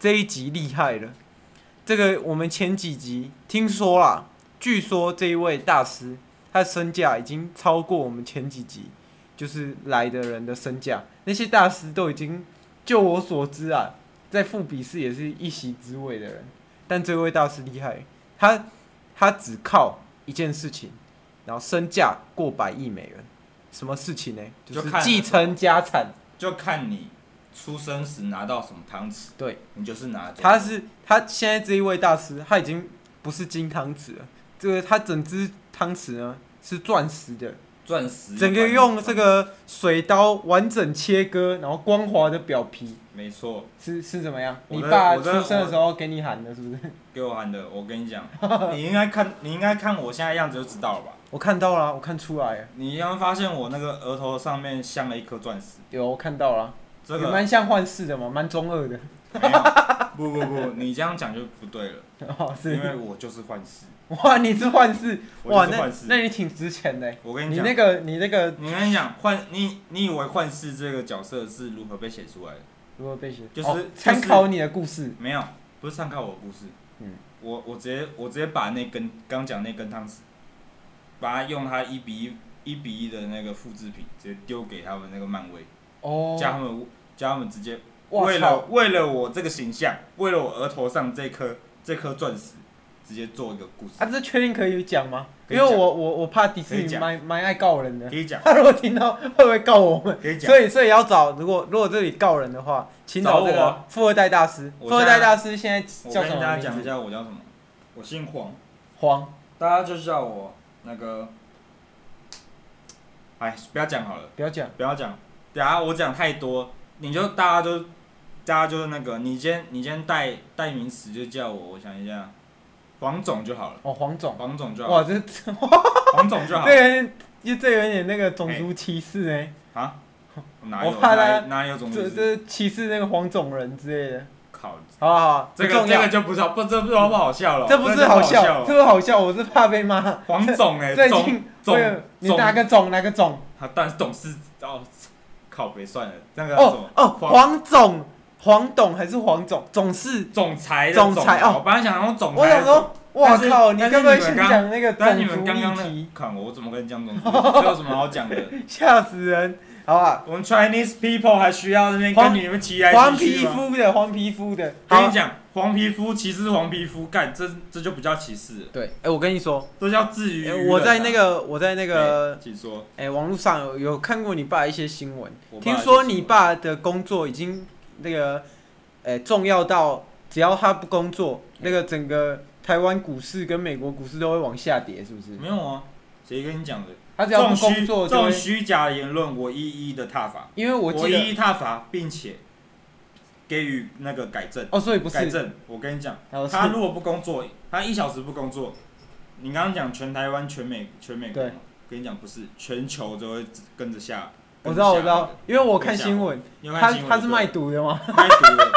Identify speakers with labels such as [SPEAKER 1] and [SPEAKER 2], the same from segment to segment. [SPEAKER 1] 这一集厉害了，这个我们前几集听说啦，据说这一位大师他的身价已经超过我们前几集就是来的人的身价，那些大师都已经，就我所知啊，在富比士也是一席之位的人，但这位大师厉害，他他只靠一件事情，然后身价过百亿美元，什么事情呢？就
[SPEAKER 2] 就是看
[SPEAKER 1] 继承家产。
[SPEAKER 2] 就看你出生时拿到什么汤匙，
[SPEAKER 1] 对
[SPEAKER 2] 你就是拿这个
[SPEAKER 1] 他是他现在这一位大师，他已经不是金汤匙了，这个他整只汤匙呢是钻石的，
[SPEAKER 2] 钻石，
[SPEAKER 1] 整个用这，个水刀完整切割，然后光滑的表皮
[SPEAKER 2] 没错，
[SPEAKER 1] 是是怎么样？
[SPEAKER 2] 我
[SPEAKER 1] 你
[SPEAKER 2] 的
[SPEAKER 1] 爸
[SPEAKER 2] 我
[SPEAKER 1] 出
[SPEAKER 2] 的
[SPEAKER 1] 生的时候给你喊的，是不是？
[SPEAKER 2] 给我喊的，我跟你讲，你应该看，你应该看我现在样子就知道了吧？
[SPEAKER 1] 我看到了，我看出来了，
[SPEAKER 2] 你有没有发现我那个额头上面镶了一颗钻石？
[SPEAKER 1] 有我看到了，
[SPEAKER 2] 这
[SPEAKER 1] 也
[SPEAKER 2] 个
[SPEAKER 1] 蛮像幻视的嘛，蛮中二的，
[SPEAKER 2] 没有，不不不，你这样讲就不对了，
[SPEAKER 1] 哦
[SPEAKER 2] 因为
[SPEAKER 1] 是，
[SPEAKER 2] 我就是幻视，
[SPEAKER 1] 哇你是幻视，
[SPEAKER 2] 我
[SPEAKER 1] 哇
[SPEAKER 2] 就是
[SPEAKER 1] 那
[SPEAKER 2] 幻视。
[SPEAKER 1] 那你挺值钱的，
[SPEAKER 2] 我跟你
[SPEAKER 1] 你
[SPEAKER 2] 讲，
[SPEAKER 1] 那个你那个
[SPEAKER 2] 我跟你讲，幻你你以为幻视这个角色是如何被写出来的？
[SPEAKER 1] 如何被写？
[SPEAKER 2] 就是
[SPEAKER 1] 哦
[SPEAKER 2] 就是
[SPEAKER 1] 参考你的故事，
[SPEAKER 2] 没有，不是参考我的故事。
[SPEAKER 1] 嗯
[SPEAKER 2] 我我直接我直接把那根刚讲那根汤匙，把它用它一比一一比一的那个复制品，直接丢给他们那个漫威，
[SPEAKER 1] 哦，
[SPEAKER 2] 叫他们叫他们直接
[SPEAKER 1] 哇
[SPEAKER 2] 为
[SPEAKER 1] 操
[SPEAKER 2] 了为了我这个形象，为了我额头上这颗这颗钻石，直接做一个故事。
[SPEAKER 1] 啊，这确定可以讲吗？
[SPEAKER 2] 可
[SPEAKER 1] 因
[SPEAKER 2] 以
[SPEAKER 1] 为
[SPEAKER 2] 讲
[SPEAKER 1] 我我我怕迪士
[SPEAKER 2] 可以
[SPEAKER 1] 尼
[SPEAKER 2] 讲
[SPEAKER 1] 蛮蛮爱告人的
[SPEAKER 2] 可，以讲，
[SPEAKER 1] 他如果听到会不会告我们？
[SPEAKER 2] 可以讲
[SPEAKER 1] 所，以所以要找，如果如果这里告人的话，请
[SPEAKER 2] 找
[SPEAKER 1] 这
[SPEAKER 2] 我
[SPEAKER 1] 个
[SPEAKER 2] 啊
[SPEAKER 1] 富二代大师。
[SPEAKER 2] 我
[SPEAKER 1] 富二
[SPEAKER 2] 现
[SPEAKER 1] 代
[SPEAKER 2] 在
[SPEAKER 1] 大师现在
[SPEAKER 2] 我
[SPEAKER 1] 叫
[SPEAKER 2] 跟
[SPEAKER 1] 什
[SPEAKER 2] 大家
[SPEAKER 1] 么
[SPEAKER 2] 讲
[SPEAKER 1] 名
[SPEAKER 2] 一
[SPEAKER 1] 字？
[SPEAKER 2] 下我叫什么，我姓黄，
[SPEAKER 1] 黄
[SPEAKER 2] 大家就叫我那个，哎，不要讲好了。
[SPEAKER 1] 不要讲，
[SPEAKER 2] 不要讲，等下我讲太多，你就大家就大家就是那个，你今天你今天代代名词就叫我，我想一下，黄总就好了，
[SPEAKER 1] 哦，黄总。
[SPEAKER 2] 黄总就好
[SPEAKER 1] 哇，
[SPEAKER 2] 了，
[SPEAKER 1] 这
[SPEAKER 2] 黄总就好
[SPEAKER 1] 这有点，这这有点那个种族歧视哎，
[SPEAKER 2] 啊，哪有
[SPEAKER 1] 我怕
[SPEAKER 2] 哪
[SPEAKER 1] 他
[SPEAKER 2] 里哪里有种
[SPEAKER 1] 这
[SPEAKER 2] 族是
[SPEAKER 1] 这歧视那个黄种人之类的。
[SPEAKER 2] 靠，
[SPEAKER 1] 好啊好啊，
[SPEAKER 2] 这
[SPEAKER 1] 不
[SPEAKER 2] 个
[SPEAKER 1] 重
[SPEAKER 2] 这
[SPEAKER 1] 要
[SPEAKER 2] 个，就不知道不这不好不好笑了，
[SPEAKER 1] 这不
[SPEAKER 2] 这
[SPEAKER 1] 是
[SPEAKER 2] 就不
[SPEAKER 1] 好
[SPEAKER 2] 好
[SPEAKER 1] 笑，这
[SPEAKER 2] 了
[SPEAKER 1] 不是好笑，我是怕被骂。
[SPEAKER 2] 黄总哎、
[SPEAKER 1] 最
[SPEAKER 2] 总
[SPEAKER 1] 近
[SPEAKER 2] 总
[SPEAKER 1] 我有你
[SPEAKER 2] 总
[SPEAKER 1] 哪个总哪个总？
[SPEAKER 2] 他但是总是哦，靠别算了，那个
[SPEAKER 1] 哦
[SPEAKER 2] 总
[SPEAKER 1] 哦，
[SPEAKER 2] 啊黄
[SPEAKER 1] 黄总，黄董还是黄总，总是。
[SPEAKER 2] 总裁的
[SPEAKER 1] 总裁哦
[SPEAKER 2] 我本来想用总裁
[SPEAKER 1] 我
[SPEAKER 2] 的
[SPEAKER 1] 想
[SPEAKER 2] 总
[SPEAKER 1] 说，哇
[SPEAKER 2] 但是
[SPEAKER 1] 靠，你
[SPEAKER 2] 但是
[SPEAKER 1] 该不会
[SPEAKER 2] 你们
[SPEAKER 1] 先
[SPEAKER 2] 刚
[SPEAKER 1] 讲那个
[SPEAKER 2] 但
[SPEAKER 1] 种
[SPEAKER 2] 你
[SPEAKER 1] 族
[SPEAKER 2] 们刚刚
[SPEAKER 1] 议
[SPEAKER 2] 那
[SPEAKER 1] 题，
[SPEAKER 2] 看我我怎么跟你讲种族议题？这有什么好 讲的？
[SPEAKER 1] 吓死人，好啊吧？
[SPEAKER 2] 我们 Chinese people 还需要那边
[SPEAKER 1] 黄
[SPEAKER 2] 跟你们提来
[SPEAKER 1] 黄
[SPEAKER 2] 提去
[SPEAKER 1] 皮
[SPEAKER 2] 吗？
[SPEAKER 1] 肤的，黄皮肤的，
[SPEAKER 2] 跟
[SPEAKER 1] 好啊
[SPEAKER 2] 你。讲，黄皮肤歧视黄皮肤，干这这就不叫歧视了，
[SPEAKER 1] 对，哎、我跟你说，
[SPEAKER 2] 这叫自娱
[SPEAKER 1] 哎
[SPEAKER 2] 娱乐啊、
[SPEAKER 1] 我在那个，我在那
[SPEAKER 2] 那
[SPEAKER 1] 个，
[SPEAKER 2] 请说，
[SPEAKER 1] 哎、网络上有有看过你爸一些新闻，
[SPEAKER 2] 我爸
[SPEAKER 1] 听
[SPEAKER 2] 的
[SPEAKER 1] 说
[SPEAKER 2] 新闻
[SPEAKER 1] 你爸的工作已经那个，哎、重要到只要他不工作，那个整个台湾股市跟美国股市都会往下跌，是不是？
[SPEAKER 2] 没有啊？谁跟你讲的？
[SPEAKER 1] 他只
[SPEAKER 2] 这
[SPEAKER 1] 要不
[SPEAKER 2] 种
[SPEAKER 1] 工
[SPEAKER 2] 虚
[SPEAKER 1] 作
[SPEAKER 2] 这
[SPEAKER 1] 就
[SPEAKER 2] 种
[SPEAKER 1] 会，
[SPEAKER 2] 虚假的言论，我一一的挞伐，
[SPEAKER 1] 因为我记得
[SPEAKER 2] 一一挞伐，并且给予那个改正。
[SPEAKER 1] 哦，所以不是
[SPEAKER 2] 改，正，我跟你讲，
[SPEAKER 1] 哦
[SPEAKER 2] 他
[SPEAKER 1] 是
[SPEAKER 2] 如果不工作，他一小时不工作，你刚刚讲全台湾、全美、全美国
[SPEAKER 1] 对
[SPEAKER 2] 嘛，跟你讲不是，全球都会跟着下。
[SPEAKER 1] 我知道，我
[SPEAKER 2] 跟
[SPEAKER 1] 知
[SPEAKER 2] 着下
[SPEAKER 1] 道，因为我看新闻，
[SPEAKER 2] 你有
[SPEAKER 1] 他
[SPEAKER 2] 看新闻
[SPEAKER 1] 他是卖
[SPEAKER 2] 对
[SPEAKER 1] 毒的吗？
[SPEAKER 2] 卖毒的，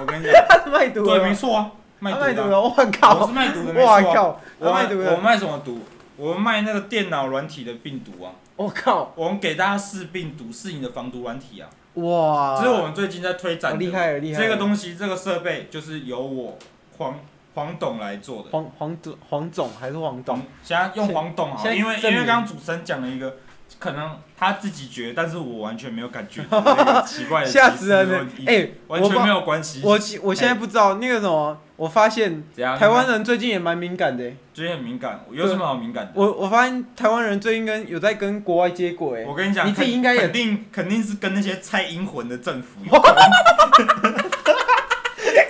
[SPEAKER 2] 我跟你讲，
[SPEAKER 1] 他是卖毒的
[SPEAKER 2] 对，没
[SPEAKER 1] 吗？
[SPEAKER 2] 错啊，卖
[SPEAKER 1] 他
[SPEAKER 2] 毒
[SPEAKER 1] 卖毒
[SPEAKER 2] 的
[SPEAKER 1] 的，我
[SPEAKER 2] 啊，我
[SPEAKER 1] 靠
[SPEAKER 2] 是！卖毒的，没
[SPEAKER 1] 哇
[SPEAKER 2] 错啊。
[SPEAKER 1] 靠！
[SPEAKER 2] 我
[SPEAKER 1] 他卖毒
[SPEAKER 2] 我
[SPEAKER 1] 的，
[SPEAKER 2] 卖什么毒？我们卖那个电脑软体的病毒啊，
[SPEAKER 1] 我靠！
[SPEAKER 2] 我们给大家试病毒，试你的防毒软体啊，
[SPEAKER 1] 哇！
[SPEAKER 2] 这是我们最近在推展
[SPEAKER 1] 好
[SPEAKER 2] 的。
[SPEAKER 1] 哦厉害了，厉害了！
[SPEAKER 2] 这个东西，这个设备就是由我黄黄董来做的。
[SPEAKER 1] 黄黄总黄总还是黄董
[SPEAKER 2] 董，现在用黄董好
[SPEAKER 1] 现
[SPEAKER 2] 了，
[SPEAKER 1] 在
[SPEAKER 2] 因为因
[SPEAKER 1] 证明
[SPEAKER 2] 为刚刚主持人讲了一个，可能他自己觉得，但是我完全没有感 觉，那个奇怪的
[SPEAKER 1] 吓死人
[SPEAKER 2] 歧视
[SPEAKER 1] 了
[SPEAKER 2] 问！题
[SPEAKER 1] 哎，
[SPEAKER 2] 完
[SPEAKER 1] 我
[SPEAKER 2] 全没
[SPEAKER 1] 不
[SPEAKER 2] 有关系。
[SPEAKER 1] 我其我现在不知道那个什么，我发现
[SPEAKER 2] 怎样
[SPEAKER 1] 台湾人最近也蛮敏感的。
[SPEAKER 2] 最近很敏感，有什么好敏感的？
[SPEAKER 1] 我我发现台湾人最近跟有在跟国外接轨。
[SPEAKER 2] 我跟你讲，
[SPEAKER 1] 你自己应该也
[SPEAKER 2] 肯定肯定是跟那些蔡英魂的 政府有关，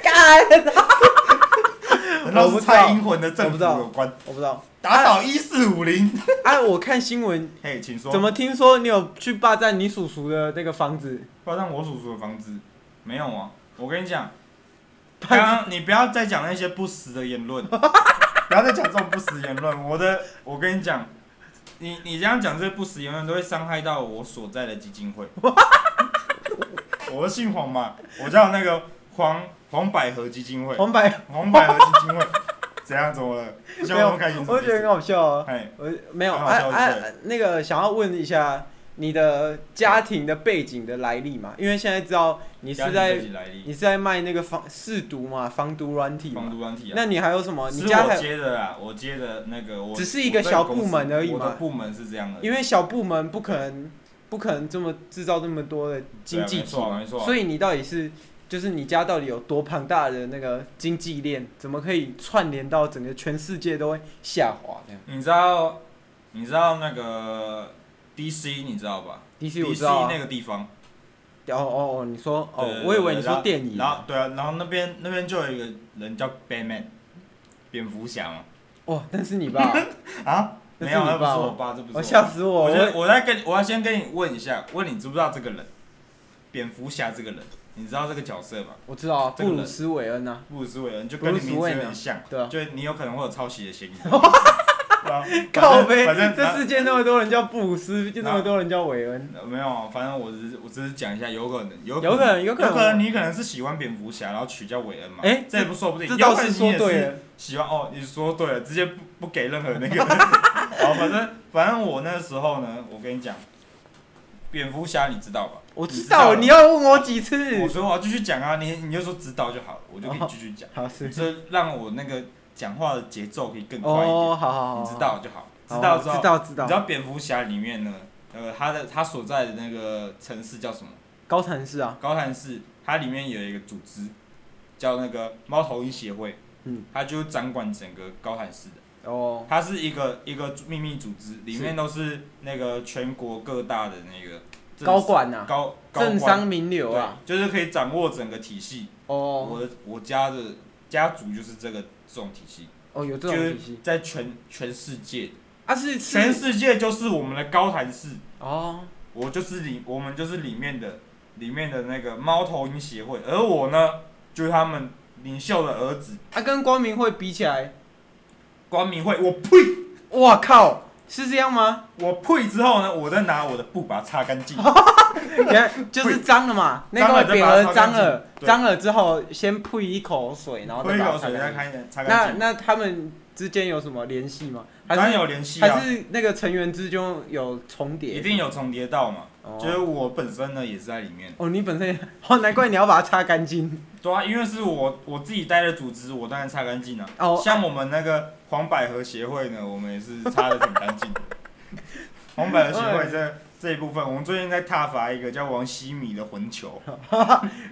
[SPEAKER 1] 干，
[SPEAKER 2] 很多
[SPEAKER 1] 我不
[SPEAKER 2] 是
[SPEAKER 1] 知道
[SPEAKER 2] 蔡英魂的政府有关，
[SPEAKER 1] 我不知 道。
[SPEAKER 2] 打倒一四五零。
[SPEAKER 1] 哎，我看新闻，
[SPEAKER 2] 嘿，请说。
[SPEAKER 1] 怎么听说你有去霸占你叔叔的那个房子？
[SPEAKER 2] 包上我叔叔的房子？没有啊，我跟你讲，刚刚你不要再讲那些不实的言 论，不要再讲这种不实言论。我的，我跟你讲，你你这样讲这些不实言论，都会伤害到我所在的基金 会。我是姓黄嘛，我叫那个黄黄百合基金会，
[SPEAKER 1] 黄白，
[SPEAKER 2] 黄百合 基金会，怎样怎么了？你笑
[SPEAKER 1] 没有
[SPEAKER 2] 那么开心什
[SPEAKER 1] 我
[SPEAKER 2] 么
[SPEAKER 1] 觉
[SPEAKER 2] 意
[SPEAKER 1] 得很
[SPEAKER 2] 思？
[SPEAKER 1] 好笑啊。
[SPEAKER 2] 哎，
[SPEAKER 1] 我没有，
[SPEAKER 2] 很好
[SPEAKER 1] 哎
[SPEAKER 2] 笑
[SPEAKER 1] 哎、
[SPEAKER 2] 对
[SPEAKER 1] 啊那个想要问一下你的家庭的背景的来历嘛？因为现在知道你是在你
[SPEAKER 2] 你
[SPEAKER 1] 是在卖那个防试毒嘛，防毒软体
[SPEAKER 2] 防
[SPEAKER 1] 嘛。
[SPEAKER 2] 毒软体啊？
[SPEAKER 1] 那你还有什哦么？你
[SPEAKER 2] 是
[SPEAKER 1] 家
[SPEAKER 2] 我
[SPEAKER 1] 还
[SPEAKER 2] 接的啦，我接的那个我
[SPEAKER 1] 只是一个小部门而已
[SPEAKER 2] 我
[SPEAKER 1] 嘛
[SPEAKER 2] 的部门是这样的，
[SPEAKER 1] 因为小部门不可能不可能这么制造这么多的经济体
[SPEAKER 2] 对啊没错没错
[SPEAKER 1] 所以你到底是就是你家到底有多庞大的那个经济链，怎么可以串联到整个全世界都会下滑这样
[SPEAKER 2] 你知道，你知道那个 DC 你知道吧
[SPEAKER 1] ？DC 我知道、啊，
[SPEAKER 2] 那个地方。
[SPEAKER 1] 哦哦哦，你说
[SPEAKER 2] 对
[SPEAKER 1] 哦
[SPEAKER 2] 对，
[SPEAKER 1] 我以为
[SPEAKER 2] 对对
[SPEAKER 1] 你
[SPEAKER 2] 然
[SPEAKER 1] 说
[SPEAKER 2] 后
[SPEAKER 1] 电影
[SPEAKER 2] 然后对啊，然后那边那边就有一个人叫 Batman，蝙蝠侠嘛。
[SPEAKER 1] 哇，那哦是你 吧？
[SPEAKER 2] 啊？
[SPEAKER 1] 那
[SPEAKER 2] 没
[SPEAKER 1] 是
[SPEAKER 2] 有，
[SPEAKER 1] 你
[SPEAKER 2] 那不
[SPEAKER 1] 爸
[SPEAKER 2] 是我
[SPEAKER 1] 吗
[SPEAKER 2] 爸，这不是
[SPEAKER 1] 我
[SPEAKER 2] 我
[SPEAKER 1] 吓
[SPEAKER 2] 爸。
[SPEAKER 1] 死我！
[SPEAKER 2] 我
[SPEAKER 1] 我
[SPEAKER 2] 先我在跟你我要先跟你问一下，问你知不知道这个人？蝙蝠侠这个人，你知道这个角色吧？
[SPEAKER 1] 我知道啊，
[SPEAKER 2] 这
[SPEAKER 1] 布
[SPEAKER 2] 个
[SPEAKER 1] 鲁
[SPEAKER 2] 人
[SPEAKER 1] 斯韦恩啊呐，
[SPEAKER 2] 布鲁斯韦恩就
[SPEAKER 1] 布
[SPEAKER 2] 跟
[SPEAKER 1] 鲁
[SPEAKER 2] 你
[SPEAKER 1] 斯
[SPEAKER 2] 名字
[SPEAKER 1] 韦
[SPEAKER 2] 有
[SPEAKER 1] 恩啊
[SPEAKER 2] 点像，
[SPEAKER 1] 对啊
[SPEAKER 2] 就是你有可能会有抄袭 的嫌疑。啊
[SPEAKER 1] 靠
[SPEAKER 2] 呗，
[SPEAKER 1] 背，
[SPEAKER 2] 反正
[SPEAKER 1] 这世界那么多人叫布鲁斯，就那么多人叫韦恩，
[SPEAKER 2] 呃没有，反正我只是我只是讲一下，有可能，有
[SPEAKER 1] 有可能，有
[SPEAKER 2] 有
[SPEAKER 1] 可
[SPEAKER 2] 可能
[SPEAKER 1] 能，
[SPEAKER 2] 你可能是喜欢蝙蝠侠，然后取叫韦恩嘛？
[SPEAKER 1] 哎
[SPEAKER 2] 这也不说不定。
[SPEAKER 1] 这倒
[SPEAKER 2] 要不然
[SPEAKER 1] 是
[SPEAKER 2] 你
[SPEAKER 1] 说
[SPEAKER 2] 也
[SPEAKER 1] 对了。
[SPEAKER 2] 喜欢哦，你说对了，直接不不给任何那个。 好，反正反正我那时候呢，我跟你讲，蝙蝠侠你知道吧？
[SPEAKER 1] 我
[SPEAKER 2] 知
[SPEAKER 1] 知道，
[SPEAKER 2] 了
[SPEAKER 1] 你要问我几次？
[SPEAKER 2] 我说我要继续讲啊，你你就说知道就好了，我就
[SPEAKER 1] 哦
[SPEAKER 2] 可以继续讲，
[SPEAKER 1] 好是
[SPEAKER 2] 这让我那个讲话的节奏可以更快一点。
[SPEAKER 1] 哦，好好好，
[SPEAKER 2] 你知道就好，
[SPEAKER 1] 好，
[SPEAKER 2] 知道
[SPEAKER 1] 知
[SPEAKER 2] 之后，
[SPEAKER 1] 道知
[SPEAKER 2] 你知
[SPEAKER 1] 道，
[SPEAKER 2] 道蝙蝠侠里面呢，呃，他的他所在的那个城市叫什么？
[SPEAKER 1] 高谭市啊，
[SPEAKER 2] 高谭市，它里面有一个组织叫那个猫头鹰协会，
[SPEAKER 1] 嗯，
[SPEAKER 2] 它就掌管整个高谭市的。
[SPEAKER 1] 哦，
[SPEAKER 2] 它是一个一个秘密组织，里面都是那个全国各大的那个政
[SPEAKER 1] 高管呐，
[SPEAKER 2] 高高
[SPEAKER 1] 政
[SPEAKER 2] 官
[SPEAKER 1] 商名流啊，
[SPEAKER 2] 对，就是可以掌握整个体系。
[SPEAKER 1] 哦
[SPEAKER 2] 我的我家的家族就是这个这种体系，
[SPEAKER 1] 哦，有这
[SPEAKER 2] 就
[SPEAKER 1] 种
[SPEAKER 2] 是
[SPEAKER 1] 体系
[SPEAKER 2] 在全全世界，
[SPEAKER 1] 啊，是
[SPEAKER 2] 全
[SPEAKER 1] 是
[SPEAKER 2] 世界就是我们的高谭市，
[SPEAKER 1] 哦，
[SPEAKER 2] 我就是里我们就是里面的里面的那个猫头鹰协会，而我呢就是他们领袖的儿子
[SPEAKER 1] 啊，跟光明会比起来，
[SPEAKER 2] 光明会，我呸
[SPEAKER 1] 哇靠，是这样 吗？
[SPEAKER 2] 我呸之后呢，我再拿我的布把它擦干 净，
[SPEAKER 1] 你看，就是脏了嘛，那个匾额脏了，脏了之后先吐一口水，然后
[SPEAKER 2] 喝
[SPEAKER 1] 再
[SPEAKER 2] 一
[SPEAKER 1] 把它
[SPEAKER 2] 口
[SPEAKER 1] 擦
[SPEAKER 2] 水再
[SPEAKER 1] 干净。
[SPEAKER 2] 看一眼擦
[SPEAKER 1] 那
[SPEAKER 2] 干净，
[SPEAKER 1] 那他们之间有什么联系吗？
[SPEAKER 2] 当然
[SPEAKER 1] 还是
[SPEAKER 2] 有联系
[SPEAKER 1] 还
[SPEAKER 2] 啊，
[SPEAKER 1] 是那个成员之中有重叠？
[SPEAKER 2] 一定有重叠到嘛，就是
[SPEAKER 1] 哦。
[SPEAKER 2] 我本身呢也是在里面。
[SPEAKER 1] 哦，你本身 也哦，难怪你要把它擦干净
[SPEAKER 2] 对啊，因为是我我自己待的组织，我当然擦干净啊了。
[SPEAKER 1] 哦。
[SPEAKER 2] 像我们那个黄百合协会呢，我们也是擦的挺干净的。黄百合协会这 这一部分，我们最近在踏伐一个叫王希米的混球，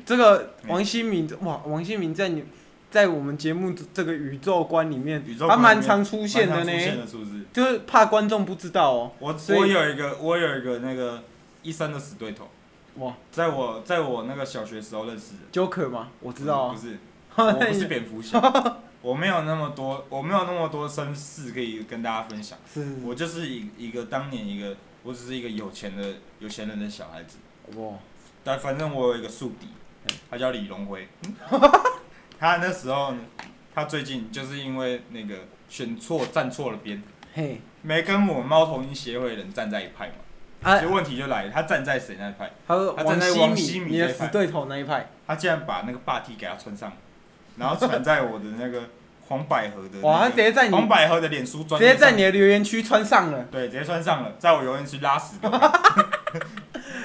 [SPEAKER 1] 这个王新民，哇，王新民在你在我们节目这个宇宙观里面
[SPEAKER 2] 宇宙，
[SPEAKER 1] 他
[SPEAKER 2] 观
[SPEAKER 1] 蛮
[SPEAKER 2] 里面
[SPEAKER 1] 常 出现的
[SPEAKER 2] 蛮常出现
[SPEAKER 1] 呢，
[SPEAKER 2] 的是不是？
[SPEAKER 1] 就是怕观众不知道哦。
[SPEAKER 2] 我
[SPEAKER 1] 所以
[SPEAKER 2] 我有一个我有一个那个医生的死对头，
[SPEAKER 1] 哇
[SPEAKER 2] 在我在我那个小学时候认识的，
[SPEAKER 1] ，Joker 嘛，我知道啊
[SPEAKER 2] 不。是，
[SPEAKER 1] 那
[SPEAKER 2] 我
[SPEAKER 1] 你
[SPEAKER 2] 嗯不是蝙蝠 侠，我没有那么多我没有那么多身世可以跟大家分享。
[SPEAKER 1] 是是
[SPEAKER 2] 我就是一一个当年一个，我只是一个有钱的有钱人的小孩子，
[SPEAKER 1] 是哇，
[SPEAKER 2] 但反正我有一个宿敌，
[SPEAKER 1] 嗯
[SPEAKER 2] 他叫李荣辉。 他那时候呢，他最近就是因为那个选错站错了边，
[SPEAKER 1] 嘿，
[SPEAKER 2] 没跟我们猫头鹰协会的人站在一派嘛，
[SPEAKER 1] 啊
[SPEAKER 2] 所以问题就来了，他站在谁那一派？
[SPEAKER 1] 还有
[SPEAKER 2] 他站在
[SPEAKER 1] 王
[SPEAKER 2] 王
[SPEAKER 1] 希
[SPEAKER 2] 希
[SPEAKER 1] 敏，
[SPEAKER 2] 敏
[SPEAKER 1] 你
[SPEAKER 2] 这
[SPEAKER 1] 的
[SPEAKER 2] 一
[SPEAKER 1] 死
[SPEAKER 2] 派
[SPEAKER 1] 对头那一派。
[SPEAKER 2] 他竟然把那个霸 T 给他穿上，然后穿在我的那个黄百合的、
[SPEAKER 1] 哇，他
[SPEAKER 2] 那
[SPEAKER 1] 直
[SPEAKER 2] 个
[SPEAKER 1] 接在你
[SPEAKER 2] 黄百合的脸书
[SPEAKER 1] 直
[SPEAKER 2] 嗯专页
[SPEAKER 1] 接在
[SPEAKER 2] 上
[SPEAKER 1] 你的留言区穿上了，
[SPEAKER 2] 对，直接穿上了，在我游泳池拉屎给 我看。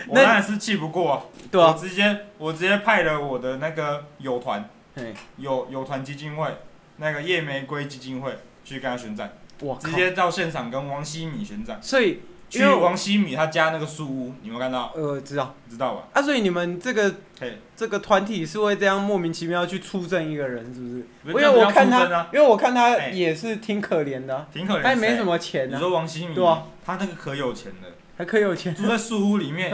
[SPEAKER 2] 我当然是气不过、啊，
[SPEAKER 1] 对啊
[SPEAKER 2] 我，直接我直接派了我的那个友团
[SPEAKER 1] 嘿，
[SPEAKER 2] 友友团基金会那个夜玫瑰基金会去跟他宣战，
[SPEAKER 1] 我靠
[SPEAKER 2] 直，接到现场跟王希米宣战，
[SPEAKER 1] 所以因
[SPEAKER 2] 去
[SPEAKER 1] 为我
[SPEAKER 2] 王希米他家那个树屋，你有没有看到？
[SPEAKER 1] 呃知道
[SPEAKER 2] 知道吧？
[SPEAKER 1] 啊，所以你们这个
[SPEAKER 2] 嘿，
[SPEAKER 1] 这个团体是会这样莫名其妙去出征一个人，是不是？因
[SPEAKER 2] 不是
[SPEAKER 1] 为我看
[SPEAKER 2] 这样不要出征
[SPEAKER 1] 他
[SPEAKER 2] 啊，
[SPEAKER 1] 因为我看他
[SPEAKER 2] 哎
[SPEAKER 1] 也是挺可怜的啊，
[SPEAKER 2] 挺可怜，
[SPEAKER 1] 他也没什么
[SPEAKER 2] 谁。
[SPEAKER 1] 钱
[SPEAKER 2] 哎你
[SPEAKER 1] 啊，
[SPEAKER 2] 说王希米，
[SPEAKER 1] 对啊
[SPEAKER 2] 他那个可有钱了，
[SPEAKER 1] 还可以有钱，
[SPEAKER 2] 住在树屋里面。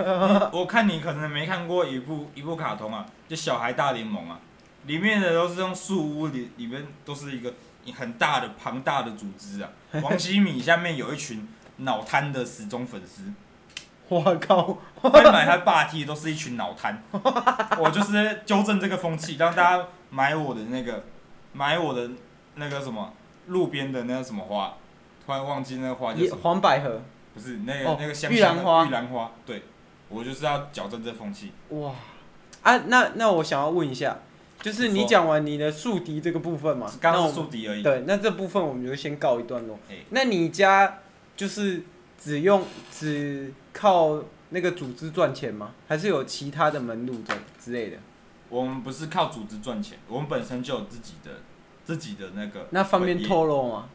[SPEAKER 2] 我看你可能没看过一部一部卡通啊，就《小孩大联盟》啊，里面的都是用树屋里里面都是一个很大的庞大的组织 啊。王希米下面有一群脑瘫的死忠粉丝，
[SPEAKER 1] 我靠，
[SPEAKER 2] 会买他霸 T 都是一群脑瘫。我就是纠正这个风气，让大家买我的那个，买我的那个什么路边的那个什么花，突然忘记那个花叫
[SPEAKER 1] 也
[SPEAKER 2] 什么，
[SPEAKER 1] 黄百合，
[SPEAKER 2] 不是那个、
[SPEAKER 1] 哦
[SPEAKER 2] 那个香
[SPEAKER 1] 玉
[SPEAKER 2] 香
[SPEAKER 1] 兰
[SPEAKER 2] 的
[SPEAKER 1] 花
[SPEAKER 2] 玉兰花，对，我就是要矫正这风气。
[SPEAKER 1] 哇，啊，那那我想要问一下，就是
[SPEAKER 2] 你
[SPEAKER 1] 你
[SPEAKER 2] 说
[SPEAKER 1] 讲完你的宿敌这个部分嘛，
[SPEAKER 2] 刚
[SPEAKER 1] 那
[SPEAKER 2] 刚
[SPEAKER 1] 我
[SPEAKER 2] 是宿敌而已。
[SPEAKER 1] 对，那这部分我们就先告一段落。
[SPEAKER 2] 哎
[SPEAKER 1] 那你家就是只用只靠那个组织赚钱吗？还是有其他的门路的之类的？
[SPEAKER 2] 我们不是靠组织赚钱，我们本身就有自己的自己的那个，
[SPEAKER 1] 那方便
[SPEAKER 2] 本业
[SPEAKER 1] 透露吗？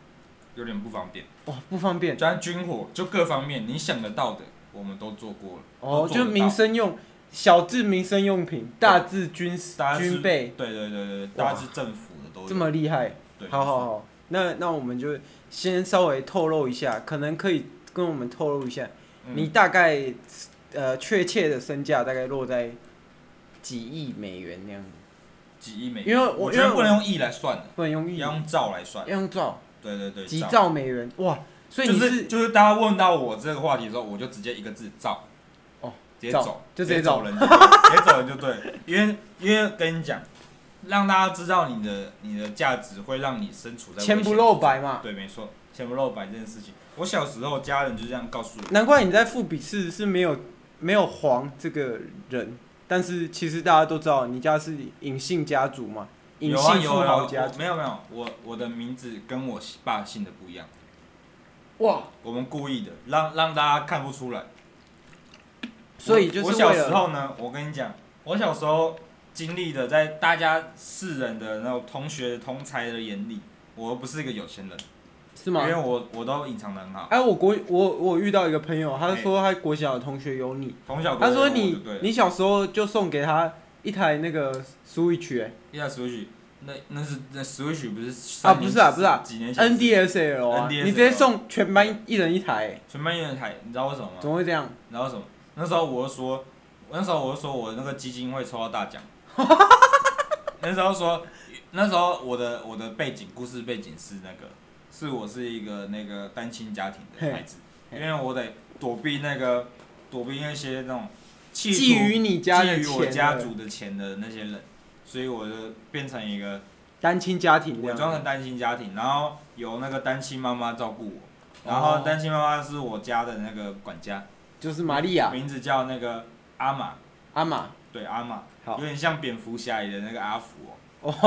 [SPEAKER 2] 有点不方便。
[SPEAKER 1] 哇，不方便
[SPEAKER 2] 加上军火，就各方面你想得到的，我们都做过了。
[SPEAKER 1] 哦，
[SPEAKER 2] 都做
[SPEAKER 1] 就
[SPEAKER 2] 得到
[SPEAKER 1] 民生用，小至民生用品，大至军事
[SPEAKER 2] 大家是
[SPEAKER 1] 军备，
[SPEAKER 2] 对对对对，大家是政府的都有
[SPEAKER 1] 这么厉害。
[SPEAKER 2] 对，
[SPEAKER 1] 好好好，那那我们就先稍微透露一下，可能可以跟我们透露一下，
[SPEAKER 2] 嗯
[SPEAKER 1] 你大概呃确切的身价大概落在几亿美元那样子，
[SPEAKER 2] 几亿美元，
[SPEAKER 1] 因为
[SPEAKER 2] 我
[SPEAKER 1] 我
[SPEAKER 2] 觉
[SPEAKER 1] 因为
[SPEAKER 2] 得不
[SPEAKER 1] 我
[SPEAKER 2] 能用亿来算了，
[SPEAKER 1] 不能用亿，
[SPEAKER 2] 要
[SPEAKER 1] 要
[SPEAKER 2] 用兆来算。
[SPEAKER 1] 用兆，
[SPEAKER 2] 对对对，
[SPEAKER 1] 几
[SPEAKER 2] 兆。
[SPEAKER 1] 兆美元哇！所以
[SPEAKER 2] 就
[SPEAKER 1] 你
[SPEAKER 2] 是就是大家问到我这个话题的时候，我就直接一个字造，
[SPEAKER 1] 哦，
[SPEAKER 2] 直接
[SPEAKER 1] 造
[SPEAKER 2] 走，
[SPEAKER 1] 就
[SPEAKER 2] 直
[SPEAKER 1] 直接
[SPEAKER 2] 接走
[SPEAKER 1] 走
[SPEAKER 2] 人就对了，直接走人就对了，因为因为跟你讲，让大家知道你的你的价值，会让你身处在危险
[SPEAKER 1] 钱不
[SPEAKER 2] 之
[SPEAKER 1] 露
[SPEAKER 2] 中，
[SPEAKER 1] 白嘛，
[SPEAKER 2] 对，没错，钱不露白这件事情，我小时候家人就这样告诉我，
[SPEAKER 1] 难怪你在复比试是没有没有黄这个人，但是其实大家都知道你家是隐姓家族嘛，隐
[SPEAKER 2] 有啊
[SPEAKER 1] 姓
[SPEAKER 2] 有
[SPEAKER 1] 富
[SPEAKER 2] 啊
[SPEAKER 1] 豪
[SPEAKER 2] 有
[SPEAKER 1] 家
[SPEAKER 2] 啊，
[SPEAKER 1] 族
[SPEAKER 2] 我，没有没有，我我的名字跟我爸姓的不一样，
[SPEAKER 1] 哇！
[SPEAKER 2] 我们故意的让让大家看不出来。
[SPEAKER 1] 所以就是
[SPEAKER 2] 我我小
[SPEAKER 1] 为
[SPEAKER 2] 时
[SPEAKER 1] 了
[SPEAKER 2] 候呢，我跟你讲，我小时候经历的，在大家世人的那种同学同才的眼里，我不是一个有钱人，
[SPEAKER 1] 是吗
[SPEAKER 2] 因？为我我都隐藏的很好，
[SPEAKER 1] 哎、我国我我遇到一个朋友，他
[SPEAKER 2] 哎
[SPEAKER 1] 说他国小的同学有你，
[SPEAKER 2] 从小
[SPEAKER 1] 他
[SPEAKER 2] 国
[SPEAKER 1] 说
[SPEAKER 2] 我就
[SPEAKER 1] 你
[SPEAKER 2] 对了，
[SPEAKER 1] 你小时候就送给他一台那个 Switch 哎、
[SPEAKER 2] 一台 Switch，那那是那 Switch 不是
[SPEAKER 1] 啊
[SPEAKER 2] 三
[SPEAKER 1] 不
[SPEAKER 2] 年
[SPEAKER 1] 是啊
[SPEAKER 2] 前
[SPEAKER 1] 不是啊
[SPEAKER 2] 几年前
[SPEAKER 1] NDSL 啊，
[SPEAKER 2] NDSL
[SPEAKER 1] 你直接送全班一人一台、哎
[SPEAKER 2] 全班一人台，你知道为什么吗？
[SPEAKER 1] 怎么会这样？
[SPEAKER 2] 你知道为什么？那时候我就说，那时候我就说我那个基金会抽到 大奖，那时候说，那时候我的我的背景故事背景是那个，是我是一个那个单亲家庭的孩子，
[SPEAKER 1] 嘿
[SPEAKER 2] 因为我得躲避那个躲避那些那种企
[SPEAKER 1] 觊
[SPEAKER 2] 图
[SPEAKER 1] 觎你家的
[SPEAKER 2] 觊
[SPEAKER 1] 钱
[SPEAKER 2] 觎我家
[SPEAKER 1] 的
[SPEAKER 2] 族的钱的那些人，所以我就变成一个
[SPEAKER 1] 单亲家庭这
[SPEAKER 2] 伪装成
[SPEAKER 1] 样，
[SPEAKER 2] 单亲家庭，然后由那个单亲妈妈照顾我，然后
[SPEAKER 1] 哦
[SPEAKER 2] 单亲妈妈是我家的那个管家。
[SPEAKER 1] 就是玛利亚
[SPEAKER 2] 名字叫那个阿玛，
[SPEAKER 1] 阿玛，
[SPEAKER 2] 对阿玛，
[SPEAKER 1] 好
[SPEAKER 2] 有点像蝙蝠侠里的那个阿福
[SPEAKER 1] 哦，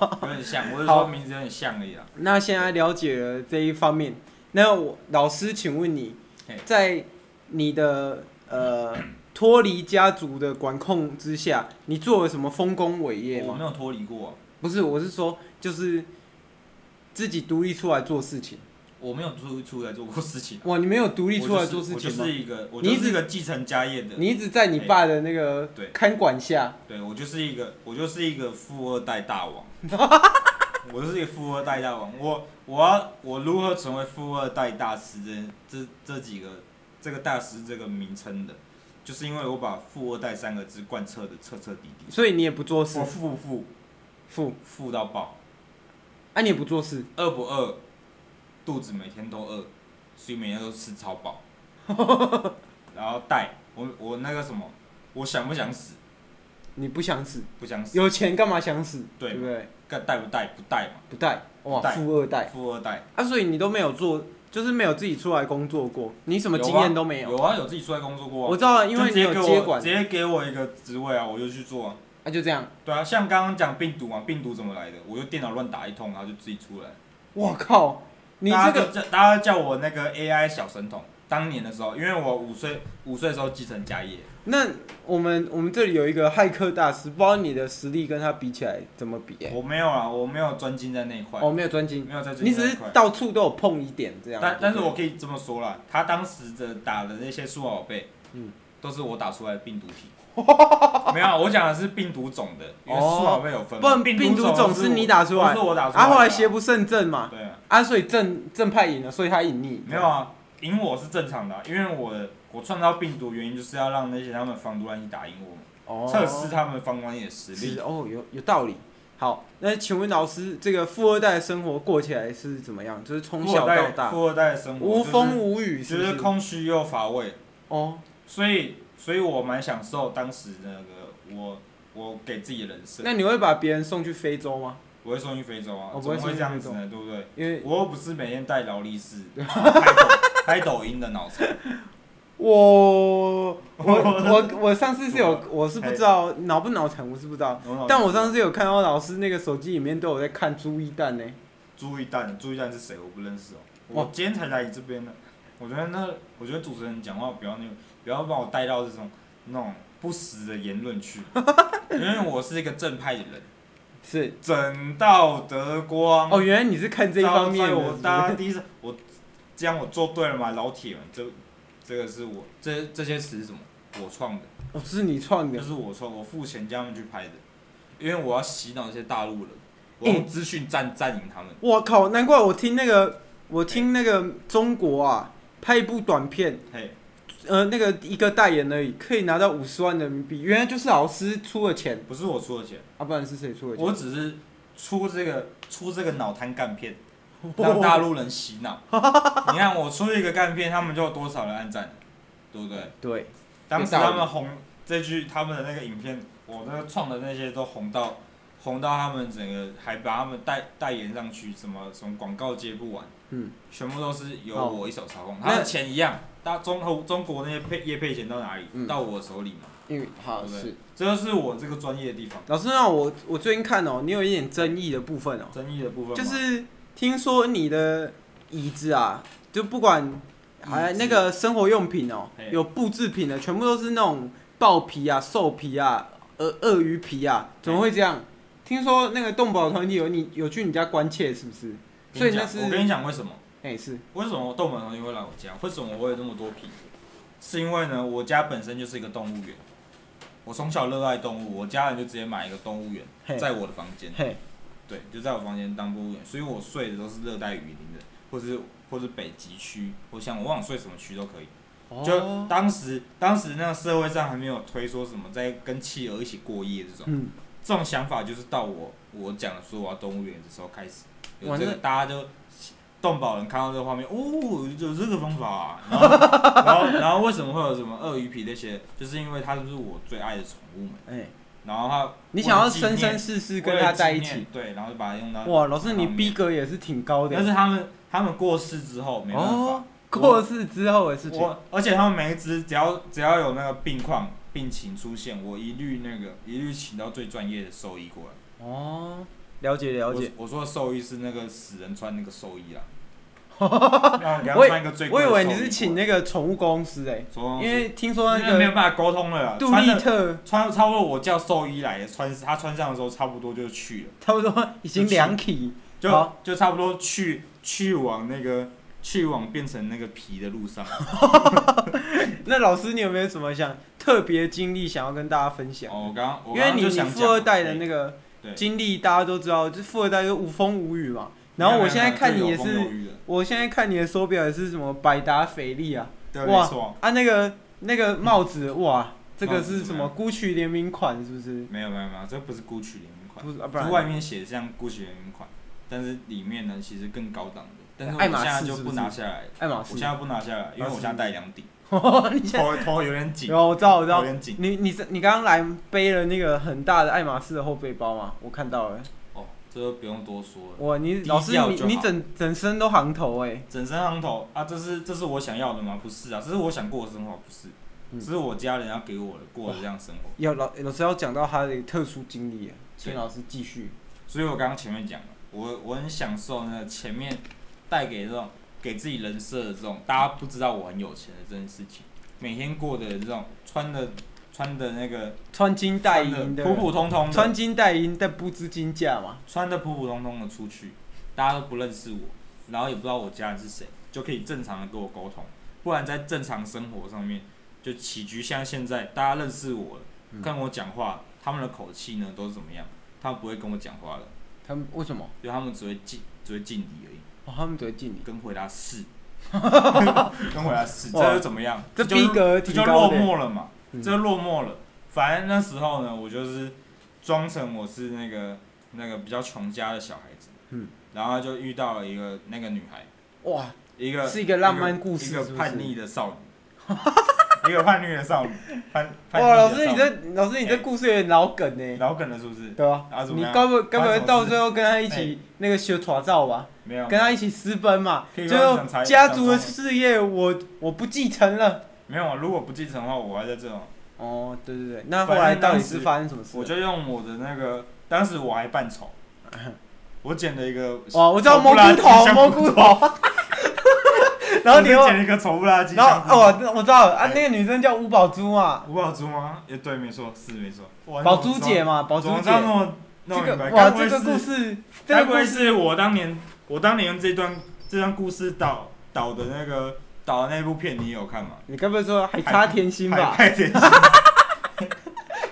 [SPEAKER 2] 哦，有点像，我是
[SPEAKER 1] 好
[SPEAKER 2] 说名字有点像而已啦。
[SPEAKER 1] 那现在了解了这一方面，那我老师，请问你
[SPEAKER 2] 嘿
[SPEAKER 1] 在你的呃脱离家族的管控之下，你做了什么丰功伟业
[SPEAKER 2] 我
[SPEAKER 1] 吗？
[SPEAKER 2] 没有脱离过，
[SPEAKER 1] 不是，我是说就是自己独立出来做事情。
[SPEAKER 2] 我没有出出来做过事情，
[SPEAKER 1] 哇，你没有独立出来做事
[SPEAKER 2] 我
[SPEAKER 1] 情
[SPEAKER 2] 就是
[SPEAKER 1] 吗
[SPEAKER 2] 我就？是一个，我
[SPEAKER 1] 你
[SPEAKER 2] 就
[SPEAKER 1] 一
[SPEAKER 2] 是一
[SPEAKER 1] 直
[SPEAKER 2] 个继承家业的，
[SPEAKER 1] 你一直在你爸的那个
[SPEAKER 2] 哎对
[SPEAKER 1] 看管下，
[SPEAKER 2] 对我就是一个，我就是一个富二代大 王，我就是一个富二代大王，我我要我如何成为富二代大师这这这几个这个大师这个名称的，就是因为我把富二代三个字贯彻的彻彻底底，
[SPEAKER 1] 所以你也不做事
[SPEAKER 2] 我，富不富？
[SPEAKER 1] 富，
[SPEAKER 2] 富到爆，
[SPEAKER 1] 啊，你也不做事，
[SPEAKER 2] 饿不饿？肚子每天都饿，所以每天都吃超饱。然后带我我那个什么，我想不想死？
[SPEAKER 1] 你不想死，
[SPEAKER 2] 不想死。
[SPEAKER 1] 有钱干嘛想死？
[SPEAKER 2] 对
[SPEAKER 1] 对不对？
[SPEAKER 2] 干带不带？不带嘛。
[SPEAKER 1] 不带，哇
[SPEAKER 2] 不，带
[SPEAKER 1] 富二代
[SPEAKER 2] 富二代
[SPEAKER 1] 啊，所以你都没有做，就是没有自己出来工作过，你什么经验都没
[SPEAKER 2] 有啊，有自己出来工作过啊。
[SPEAKER 1] 我知道啊，
[SPEAKER 2] 就
[SPEAKER 1] 因为
[SPEAKER 2] 直
[SPEAKER 1] 你有
[SPEAKER 2] 接给我
[SPEAKER 1] 接管
[SPEAKER 2] 直，接给我一个职位啊，我就去做啊。
[SPEAKER 1] 啊，就这样。
[SPEAKER 2] 对啊，像刚刚讲病毒啊，病毒怎么来的？我就电脑乱打一通，然后就自己出来。
[SPEAKER 1] 我靠，你这
[SPEAKER 2] 大家
[SPEAKER 1] 个
[SPEAKER 2] 就叫大家叫我那个 AI 小神童。当年的时候，因为我五岁五岁的时候继承家业，
[SPEAKER 1] 那我们我们这里有一个骇客大师，不知道你的实力跟他比起来怎么比、欸？
[SPEAKER 2] 我没有啊，我没有专精在那一块，
[SPEAKER 1] 哦，没有专精，
[SPEAKER 2] 没有在专
[SPEAKER 1] 你
[SPEAKER 2] 精在
[SPEAKER 1] 只
[SPEAKER 2] 那一
[SPEAKER 1] 是
[SPEAKER 2] 块。
[SPEAKER 1] 到处都有碰一点这样。
[SPEAKER 2] 但
[SPEAKER 1] 对
[SPEAKER 2] 但
[SPEAKER 1] 不
[SPEAKER 2] 是
[SPEAKER 1] 对
[SPEAKER 2] 我可以这么说啦，他当时的打的那些数码宝贝，
[SPEAKER 1] 嗯
[SPEAKER 2] 都是我打出来的病 毒体。没有啊，我讲的是病毒种的，因为
[SPEAKER 1] 哦
[SPEAKER 2] 数码宝贝有分嘛。
[SPEAKER 1] 不然
[SPEAKER 2] 毒
[SPEAKER 1] 病毒种
[SPEAKER 2] 是
[SPEAKER 1] 是你打出来
[SPEAKER 2] 都是我打出来
[SPEAKER 1] 啊，
[SPEAKER 2] 的。
[SPEAKER 1] 后来邪不胜正嘛，
[SPEAKER 2] 对啊，
[SPEAKER 1] 啊，所以正正派赢了，所以他赢你。
[SPEAKER 2] 没有啊，赢我是正常的啊、因为我的我创造病毒的原因就是要让那些他们防毒软体打赢我嘛，
[SPEAKER 1] 哦，
[SPEAKER 2] 测试他们防毒软体的实
[SPEAKER 1] 是
[SPEAKER 2] 力。
[SPEAKER 1] 哦，有有道理。好，那请问老师，这个富二代的生活过起来是怎么样？就是从
[SPEAKER 2] 富
[SPEAKER 1] 小
[SPEAKER 2] 二
[SPEAKER 1] 到
[SPEAKER 2] 代，
[SPEAKER 1] 大
[SPEAKER 2] 富二代的生活
[SPEAKER 1] 无
[SPEAKER 2] 就是
[SPEAKER 1] 风无雨，是
[SPEAKER 2] 就
[SPEAKER 1] 不
[SPEAKER 2] 是
[SPEAKER 1] 是？
[SPEAKER 2] 空虚又乏味。
[SPEAKER 1] 哦，
[SPEAKER 2] 所以，所以我蛮享受当时那个我我给自己的人设。
[SPEAKER 1] 那你会把别人送去非洲吗？
[SPEAKER 2] 我会送去非洲啊，
[SPEAKER 1] 哦
[SPEAKER 2] 怎
[SPEAKER 1] 不会
[SPEAKER 2] 么会
[SPEAKER 1] 送去
[SPEAKER 2] 这样子呢？对不对？
[SPEAKER 1] 因为
[SPEAKER 2] 我又不是每天戴劳 力士，然后拍抖拍抖音的脑残。
[SPEAKER 1] 我我 我我上次是有
[SPEAKER 2] 我，哎哦
[SPEAKER 1] 我是不知道脑不脑残，我是不知道。但我上次有看到老师那个手机里面都有在看朱一蛋呢、
[SPEAKER 2] 朱一蛋，朱一蛋是谁？我不认识哦。
[SPEAKER 1] 哇
[SPEAKER 2] 我今天才来你这边的。我觉得那，我觉得主持人讲话不要那个，不要把我带到这种那种不实的言论 去，因为我是一个正派的人，
[SPEAKER 1] 是
[SPEAKER 2] 整道德光。
[SPEAKER 1] 哦，原来你是看这一方面
[SPEAKER 2] 糟
[SPEAKER 1] 的。
[SPEAKER 2] 糕我大家第一次，我这样我做对了吗？老铁们，这这个是我这这些词是什么？我创的。
[SPEAKER 1] 哦，是你创
[SPEAKER 2] 就
[SPEAKER 1] 的，
[SPEAKER 2] 是我说我付钱叫他们去拍的，因为我要洗脑那些大陆人，我
[SPEAKER 1] 嗯
[SPEAKER 2] 用资讯战占赢他们。
[SPEAKER 1] 我靠，难怪我听那个，我听那个中国啊，拍一部短片，
[SPEAKER 2] 嘿，
[SPEAKER 1] 呃，那个一个代言而已，可以拿到五十万人民币，原来就是老师出了钱，
[SPEAKER 2] 不是我出的钱，
[SPEAKER 1] 啊，不然是谁出的钱？
[SPEAKER 2] 我只是出这个出这个脑瘫干 片，让大陆人洗脑。你看我出一个干片，他们就有多少人按赞，对不对？
[SPEAKER 1] 对，
[SPEAKER 2] 当时他们红这句他们的那个影片，我那个创的那些都红到红到他们整个还把他们代代言上去，什么什么广告接不完。
[SPEAKER 1] 嗯，
[SPEAKER 2] 全部都是由
[SPEAKER 1] 哦
[SPEAKER 2] 我一手操控，
[SPEAKER 1] 那
[SPEAKER 2] 他的钱一样，大中后中国那些配业配钱到哪里？
[SPEAKER 1] 嗯
[SPEAKER 2] 到我手里嘛，
[SPEAKER 1] 因为好
[SPEAKER 2] 对不对
[SPEAKER 1] 是
[SPEAKER 2] 这就是我这个专业的地方，
[SPEAKER 1] 老师，那我我最近看哦，你有一点争议的部分哦，
[SPEAKER 2] 争议的部分
[SPEAKER 1] 就
[SPEAKER 2] 嘛
[SPEAKER 1] 是听说你的椅子啊，就不管还
[SPEAKER 2] 椅子
[SPEAKER 1] 那个生活用品哦，
[SPEAKER 2] 嘿
[SPEAKER 1] 有布制品的，全部都是那种豹皮啊、兽皮啊、鳄鳄鱼皮啊，怎么会这样？听说那个动保团体有你有去你家关切，是不是？所以
[SPEAKER 2] 跟
[SPEAKER 1] 那
[SPEAKER 2] 你讲
[SPEAKER 1] 是
[SPEAKER 2] 我跟你讲为什么？
[SPEAKER 1] 哎、是
[SPEAKER 2] 为什么动物同学会来我家？为什么我会有那么多皮？是因为呢，我家本身就是一个动物园，我从小热爱动物，我家人就直接买一个动物园
[SPEAKER 1] 嘿，
[SPEAKER 2] 在我的房间，
[SPEAKER 1] 嘿
[SPEAKER 2] 对，就在我房间当动物园，所以我睡的都是热带雨林的，或是或是北极区，我想我忘了睡什么区都可以。就
[SPEAKER 1] 哦
[SPEAKER 2] 当时当时那个社会上还没有推说什么在跟企鹅一起过夜这种，
[SPEAKER 1] 嗯，
[SPEAKER 2] 这种想法就是到我我讲说我要动物园的时候开始，有
[SPEAKER 1] 哇
[SPEAKER 2] 这个
[SPEAKER 1] 那
[SPEAKER 2] 大家就动保人看到这个画面，哦，有这个方法、啊，然后然后 然后为什么会有什么鳄鱼皮那些，就是因为它就是我最爱的宠物嘛，
[SPEAKER 1] 哎、
[SPEAKER 2] 然后它
[SPEAKER 1] 你想要
[SPEAKER 2] 为了纪念
[SPEAKER 1] 生生世世跟他在一，
[SPEAKER 2] 为了纪
[SPEAKER 1] 起
[SPEAKER 2] 念，对，然后就把它用到，
[SPEAKER 1] 哇，老师你
[SPEAKER 2] 方面
[SPEAKER 1] 逼格也是挺高的
[SPEAKER 2] 但是他们他们过世之后没办法。
[SPEAKER 1] 哦。过世之后的事情，
[SPEAKER 2] 我而且他们每一只只要只要有那个病况病情出现，我一律那个一律请到最专业的兽医过来。
[SPEAKER 1] 哦，了解了解。
[SPEAKER 2] 我。我说的兽医是那个死人穿那个 兽医啦。那我给他
[SPEAKER 1] 我以
[SPEAKER 2] 穿一个最
[SPEAKER 1] 我
[SPEAKER 2] 贵
[SPEAKER 1] 以
[SPEAKER 2] 的
[SPEAKER 1] 为
[SPEAKER 2] 兽
[SPEAKER 1] 你
[SPEAKER 2] 医
[SPEAKER 1] 是请
[SPEAKER 2] 过来
[SPEAKER 1] 那个宠物公司哎、
[SPEAKER 2] 什么东西
[SPEAKER 1] 因为听说那
[SPEAKER 2] 因为没有
[SPEAKER 1] 个
[SPEAKER 2] 办法沟通了啦，
[SPEAKER 1] 杜
[SPEAKER 2] 穿
[SPEAKER 1] 立
[SPEAKER 2] 的
[SPEAKER 1] 特
[SPEAKER 2] 穿差不多我叫兽医来穿他穿上的时候差不多就去了，
[SPEAKER 1] 差不多已经两体，
[SPEAKER 2] 就
[SPEAKER 1] 好
[SPEAKER 2] 就差不多去去往那个去往变成那个皮的路上。
[SPEAKER 1] 那老师你有没有什么想特别经历想要跟大家分享？
[SPEAKER 2] 哦，我刚刚
[SPEAKER 1] 因
[SPEAKER 2] 我刚
[SPEAKER 1] 为
[SPEAKER 2] 刚
[SPEAKER 1] 你
[SPEAKER 2] 就
[SPEAKER 1] 你
[SPEAKER 2] 想
[SPEAKER 1] 富二
[SPEAKER 2] 讲哎
[SPEAKER 1] 代的
[SPEAKER 2] 对
[SPEAKER 1] 那个
[SPEAKER 2] 对
[SPEAKER 1] 经历大家都知道，就富二代就无风无雨嘛。然后我现在看你也
[SPEAKER 2] 没有没有
[SPEAKER 1] 是，
[SPEAKER 2] 没有有风有雨的
[SPEAKER 1] 我现在看你的手表也是什么百达翡丽啊
[SPEAKER 2] 对，
[SPEAKER 1] 哇
[SPEAKER 2] 没错，
[SPEAKER 1] 啊那个那个帽子哇，这个
[SPEAKER 2] 帽
[SPEAKER 1] 是
[SPEAKER 2] 子
[SPEAKER 1] 什
[SPEAKER 2] 怎
[SPEAKER 1] 么
[SPEAKER 2] 么
[SPEAKER 1] GUCCI 联名款是不是？
[SPEAKER 2] 没有没有没有，这不是 GUCCI 联名款，
[SPEAKER 1] 不是啊，不
[SPEAKER 2] 这
[SPEAKER 1] 然
[SPEAKER 2] 外面写的像 GUCCI 联名款，但是里面呢其实更高档的，但是我
[SPEAKER 1] 爱马
[SPEAKER 2] 现在
[SPEAKER 1] 仕
[SPEAKER 2] 就是
[SPEAKER 1] 不
[SPEAKER 2] 不
[SPEAKER 1] 是
[SPEAKER 2] 拿下来了，
[SPEAKER 1] 爱马
[SPEAKER 2] 我
[SPEAKER 1] 仕哦
[SPEAKER 2] 现。在不拿下来，因为我现在戴两顶，
[SPEAKER 1] 你现在
[SPEAKER 2] 头头有点紧，
[SPEAKER 1] 有我知道我知道
[SPEAKER 2] 头有，点紧，
[SPEAKER 1] 你你是你刚刚来背了那个很大的爱马仕的后背包吗？我看到了。
[SPEAKER 2] 哦，这都不用多说了，
[SPEAKER 1] 哇，你
[SPEAKER 2] 低调
[SPEAKER 1] 老师你
[SPEAKER 2] 就好
[SPEAKER 1] 你整整身都行头哎、
[SPEAKER 2] 整身行头啊，这是这是我想要的吗？不是啊，这是我想过的生活，不是，
[SPEAKER 1] 嗯
[SPEAKER 2] 这是我家人要给我的过的这样生活，
[SPEAKER 1] 要老老师要讲到他的特殊经历耶，所以
[SPEAKER 2] 对
[SPEAKER 1] 老师继续。
[SPEAKER 2] 所以我刚刚前面讲了，我我很享受那个前面带给这种给自己人设的这种大家不知道我很有钱的这件事情，每天过的这种穿的穿的那个
[SPEAKER 1] 穿金戴银
[SPEAKER 2] 穿
[SPEAKER 1] 的，
[SPEAKER 2] 普普通通的，
[SPEAKER 1] 穿金戴银但不知金价嘛。
[SPEAKER 2] 穿的普普通通的出去，大家都不认识我，然后也不知道我家人是谁，就可以正常的跟我沟通，不然在正常生活上面就起居像现在大家认识我了，
[SPEAKER 1] 嗯
[SPEAKER 2] 跟我讲话，他们的口气呢都是怎么样？他们不会跟我讲话了，
[SPEAKER 1] 他们为什么？
[SPEAKER 2] 因为他们只会敬只会敬礼而已。
[SPEAKER 1] 哦，他们只会敬你。
[SPEAKER 2] 跟回 答是，跟回答是，
[SPEAKER 1] 哇
[SPEAKER 2] 这又怎么样？
[SPEAKER 1] 这
[SPEAKER 2] 就
[SPEAKER 1] 逼格
[SPEAKER 2] 这
[SPEAKER 1] 挺
[SPEAKER 2] 就
[SPEAKER 1] 高
[SPEAKER 2] 落
[SPEAKER 1] 的
[SPEAKER 2] 寞了嘛，
[SPEAKER 1] 嗯
[SPEAKER 2] 这就落寞了。反正那时候呢，我就是装成我是那个那个比较穷家的小孩子，
[SPEAKER 1] 嗯
[SPEAKER 2] 然后就遇到了一个那个女孩，
[SPEAKER 1] 哇，
[SPEAKER 2] 一个
[SPEAKER 1] 是一个浪漫故事
[SPEAKER 2] 一个
[SPEAKER 1] 是不是
[SPEAKER 2] 叛逆的少女， 一个叛逆的少女，叛叛逆
[SPEAKER 1] 哇，
[SPEAKER 2] 的
[SPEAKER 1] 老
[SPEAKER 2] 少
[SPEAKER 1] 师
[SPEAKER 2] 女
[SPEAKER 1] 你这老师你这故事有点老梗呢、
[SPEAKER 2] 老梗了是不是？
[SPEAKER 1] 对吧、
[SPEAKER 2] 哎啊怎么
[SPEAKER 1] 你
[SPEAKER 2] 样
[SPEAKER 1] 该不该不
[SPEAKER 2] 发生
[SPEAKER 1] 会
[SPEAKER 2] 什么
[SPEAKER 1] 到
[SPEAKER 2] 事
[SPEAKER 1] 最后跟他一起那个修爪照吧？
[SPEAKER 2] 没有，
[SPEAKER 1] 跟他一起私奔嘛？
[SPEAKER 2] 可以
[SPEAKER 1] 最
[SPEAKER 2] 跟他
[SPEAKER 1] 后
[SPEAKER 2] 讲财
[SPEAKER 1] 家族的
[SPEAKER 2] 讲财
[SPEAKER 1] 事业我我不继承了。
[SPEAKER 2] 没有。啊如果不继承的话，我还在这种，
[SPEAKER 1] 哦，对对对，那后
[SPEAKER 2] 反正
[SPEAKER 1] 来到底
[SPEAKER 2] 当时
[SPEAKER 1] 是发生什么事
[SPEAKER 2] 我
[SPEAKER 1] 了？
[SPEAKER 2] 就用我的那个，当时我还 扮丑，我剪了一个，
[SPEAKER 1] 哦，我知道
[SPEAKER 2] 丑
[SPEAKER 1] 蘑
[SPEAKER 2] 不拉
[SPEAKER 1] 菇
[SPEAKER 2] 几
[SPEAKER 1] 头，
[SPEAKER 2] 像
[SPEAKER 1] 蘑
[SPEAKER 2] 骨
[SPEAKER 1] 菇 头。然后
[SPEAKER 2] 我
[SPEAKER 1] 你
[SPEAKER 2] 就
[SPEAKER 1] 又，
[SPEAKER 2] 剪了一个丑不拉几，
[SPEAKER 1] 然
[SPEAKER 2] 像骨
[SPEAKER 1] 后
[SPEAKER 2] 头
[SPEAKER 1] 哦，我我知道了啊，
[SPEAKER 2] 哎
[SPEAKER 1] 那个女生叫吴宝珠嘛，
[SPEAKER 2] 吴宝珠吗？也对，没错，是没错。
[SPEAKER 1] 宝珠姐嘛，宝珠
[SPEAKER 2] 总
[SPEAKER 1] 姐
[SPEAKER 2] 之。那哦么那
[SPEAKER 1] 这
[SPEAKER 2] 么明
[SPEAKER 1] 个
[SPEAKER 2] 白，
[SPEAKER 1] 哇，
[SPEAKER 2] 该不会
[SPEAKER 1] 这个故
[SPEAKER 2] 是
[SPEAKER 1] 事，这
[SPEAKER 2] 该
[SPEAKER 1] 个
[SPEAKER 2] 不
[SPEAKER 1] 故
[SPEAKER 2] 会
[SPEAKER 1] 事
[SPEAKER 2] 是我当年我当年用这段这段故事导导的那个导的那部片，你有看吗？
[SPEAKER 1] 你该不会说还差甜心
[SPEAKER 2] 海
[SPEAKER 1] 吧？
[SPEAKER 2] 派甜心，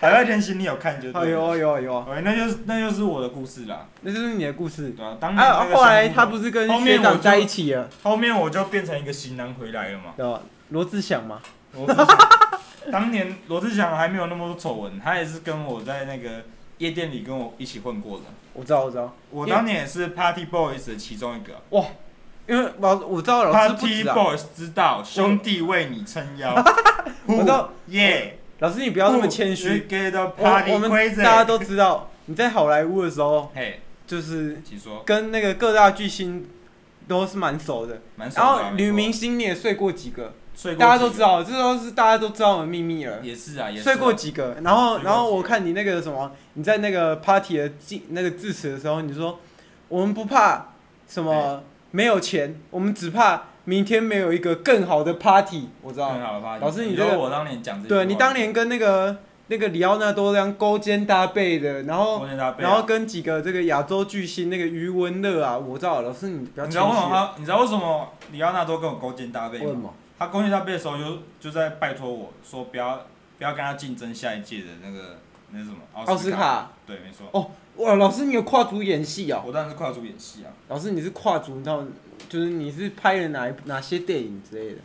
[SPEAKER 2] 海派甜心你有看就
[SPEAKER 1] 哎
[SPEAKER 2] 对了。
[SPEAKER 1] 呦哎呦哎呦，
[SPEAKER 2] 哎，那就是那就是我的故事啦，
[SPEAKER 1] 那就是你的故事。
[SPEAKER 2] 对啊，当年那
[SPEAKER 1] 啊，
[SPEAKER 2] 个
[SPEAKER 1] 后来
[SPEAKER 2] 香菇
[SPEAKER 1] 他不是跟
[SPEAKER 2] 后
[SPEAKER 1] 学
[SPEAKER 2] 面我
[SPEAKER 1] 长
[SPEAKER 2] 就
[SPEAKER 1] 在一起了，
[SPEAKER 2] 后面我就变成一个型男回 来了嘛。
[SPEAKER 1] 对吧？罗志祥嘛，
[SPEAKER 2] 罗志祥当年罗志祥还没有那么多丑闻，他也是跟我在那个夜店里跟我一起混过的。
[SPEAKER 1] 我知道我知道，
[SPEAKER 2] 我当年也是 Party Boys 的其中一个
[SPEAKER 1] 因为老我知道老师不
[SPEAKER 2] ，Party
[SPEAKER 1] 止啊，
[SPEAKER 2] Boys 知道兄弟为你撑 腰，
[SPEAKER 1] 我知道，
[SPEAKER 2] 耶，
[SPEAKER 1] 老师你哦不
[SPEAKER 2] 不
[SPEAKER 1] 要那么谦虚，
[SPEAKER 2] ，Get the
[SPEAKER 1] 我
[SPEAKER 2] Party
[SPEAKER 1] 我们大家
[SPEAKER 2] crazy，
[SPEAKER 1] 都知道你在好莱坞的时候，
[SPEAKER 2] 嘿，
[SPEAKER 1] 就是
[SPEAKER 2] 请说，
[SPEAKER 1] 跟那个各大巨星都是蛮熟的，
[SPEAKER 2] 蛮爽
[SPEAKER 1] 然
[SPEAKER 2] 的啊
[SPEAKER 1] 后女明，星你也睡过几个，
[SPEAKER 2] 没错睡过
[SPEAKER 1] 大家都
[SPEAKER 2] 几
[SPEAKER 1] 知
[SPEAKER 2] 个，
[SPEAKER 1] 道，这都是大家都知道的秘密了。
[SPEAKER 2] 也是啊，也是啊
[SPEAKER 1] 睡过几个，然后
[SPEAKER 2] 睡过几个
[SPEAKER 1] 然后我看你那个什么，你在那个 party 的致那个致辞的时候，你说我们不怕什么没有钱，我们只怕明天没有一个更好的 party。我知道
[SPEAKER 2] 更，好的 Party。
[SPEAKER 1] 老师你这
[SPEAKER 2] 说
[SPEAKER 1] 个
[SPEAKER 2] 我当年讲这句话，
[SPEAKER 1] 对你当年跟那个那个里奥纳多这样勾肩搭背的，然后
[SPEAKER 2] 我跟他背啊，
[SPEAKER 1] 然后跟几个这个亚洲巨星那个余文乐啊，我知道，老师你不要
[SPEAKER 2] 你
[SPEAKER 1] 谦虚
[SPEAKER 2] 知道为什
[SPEAKER 1] 了。
[SPEAKER 2] 么他？你知道为什么里奥纳多跟我勾肩搭背
[SPEAKER 1] 为什
[SPEAKER 2] 吗？
[SPEAKER 1] 么？
[SPEAKER 2] 他勾肩搭背的时候就就在拜托我说不要不要跟他竞争下一届的那个那是什么
[SPEAKER 1] 奥斯
[SPEAKER 2] 卡？
[SPEAKER 1] 卡？
[SPEAKER 2] 对，没错。
[SPEAKER 1] 哇，老师你有跨足演戏哦！
[SPEAKER 2] 我当然是跨足演戏啊，
[SPEAKER 1] 老师，你是跨足到，就是你是拍了哪一哪些电影之类的，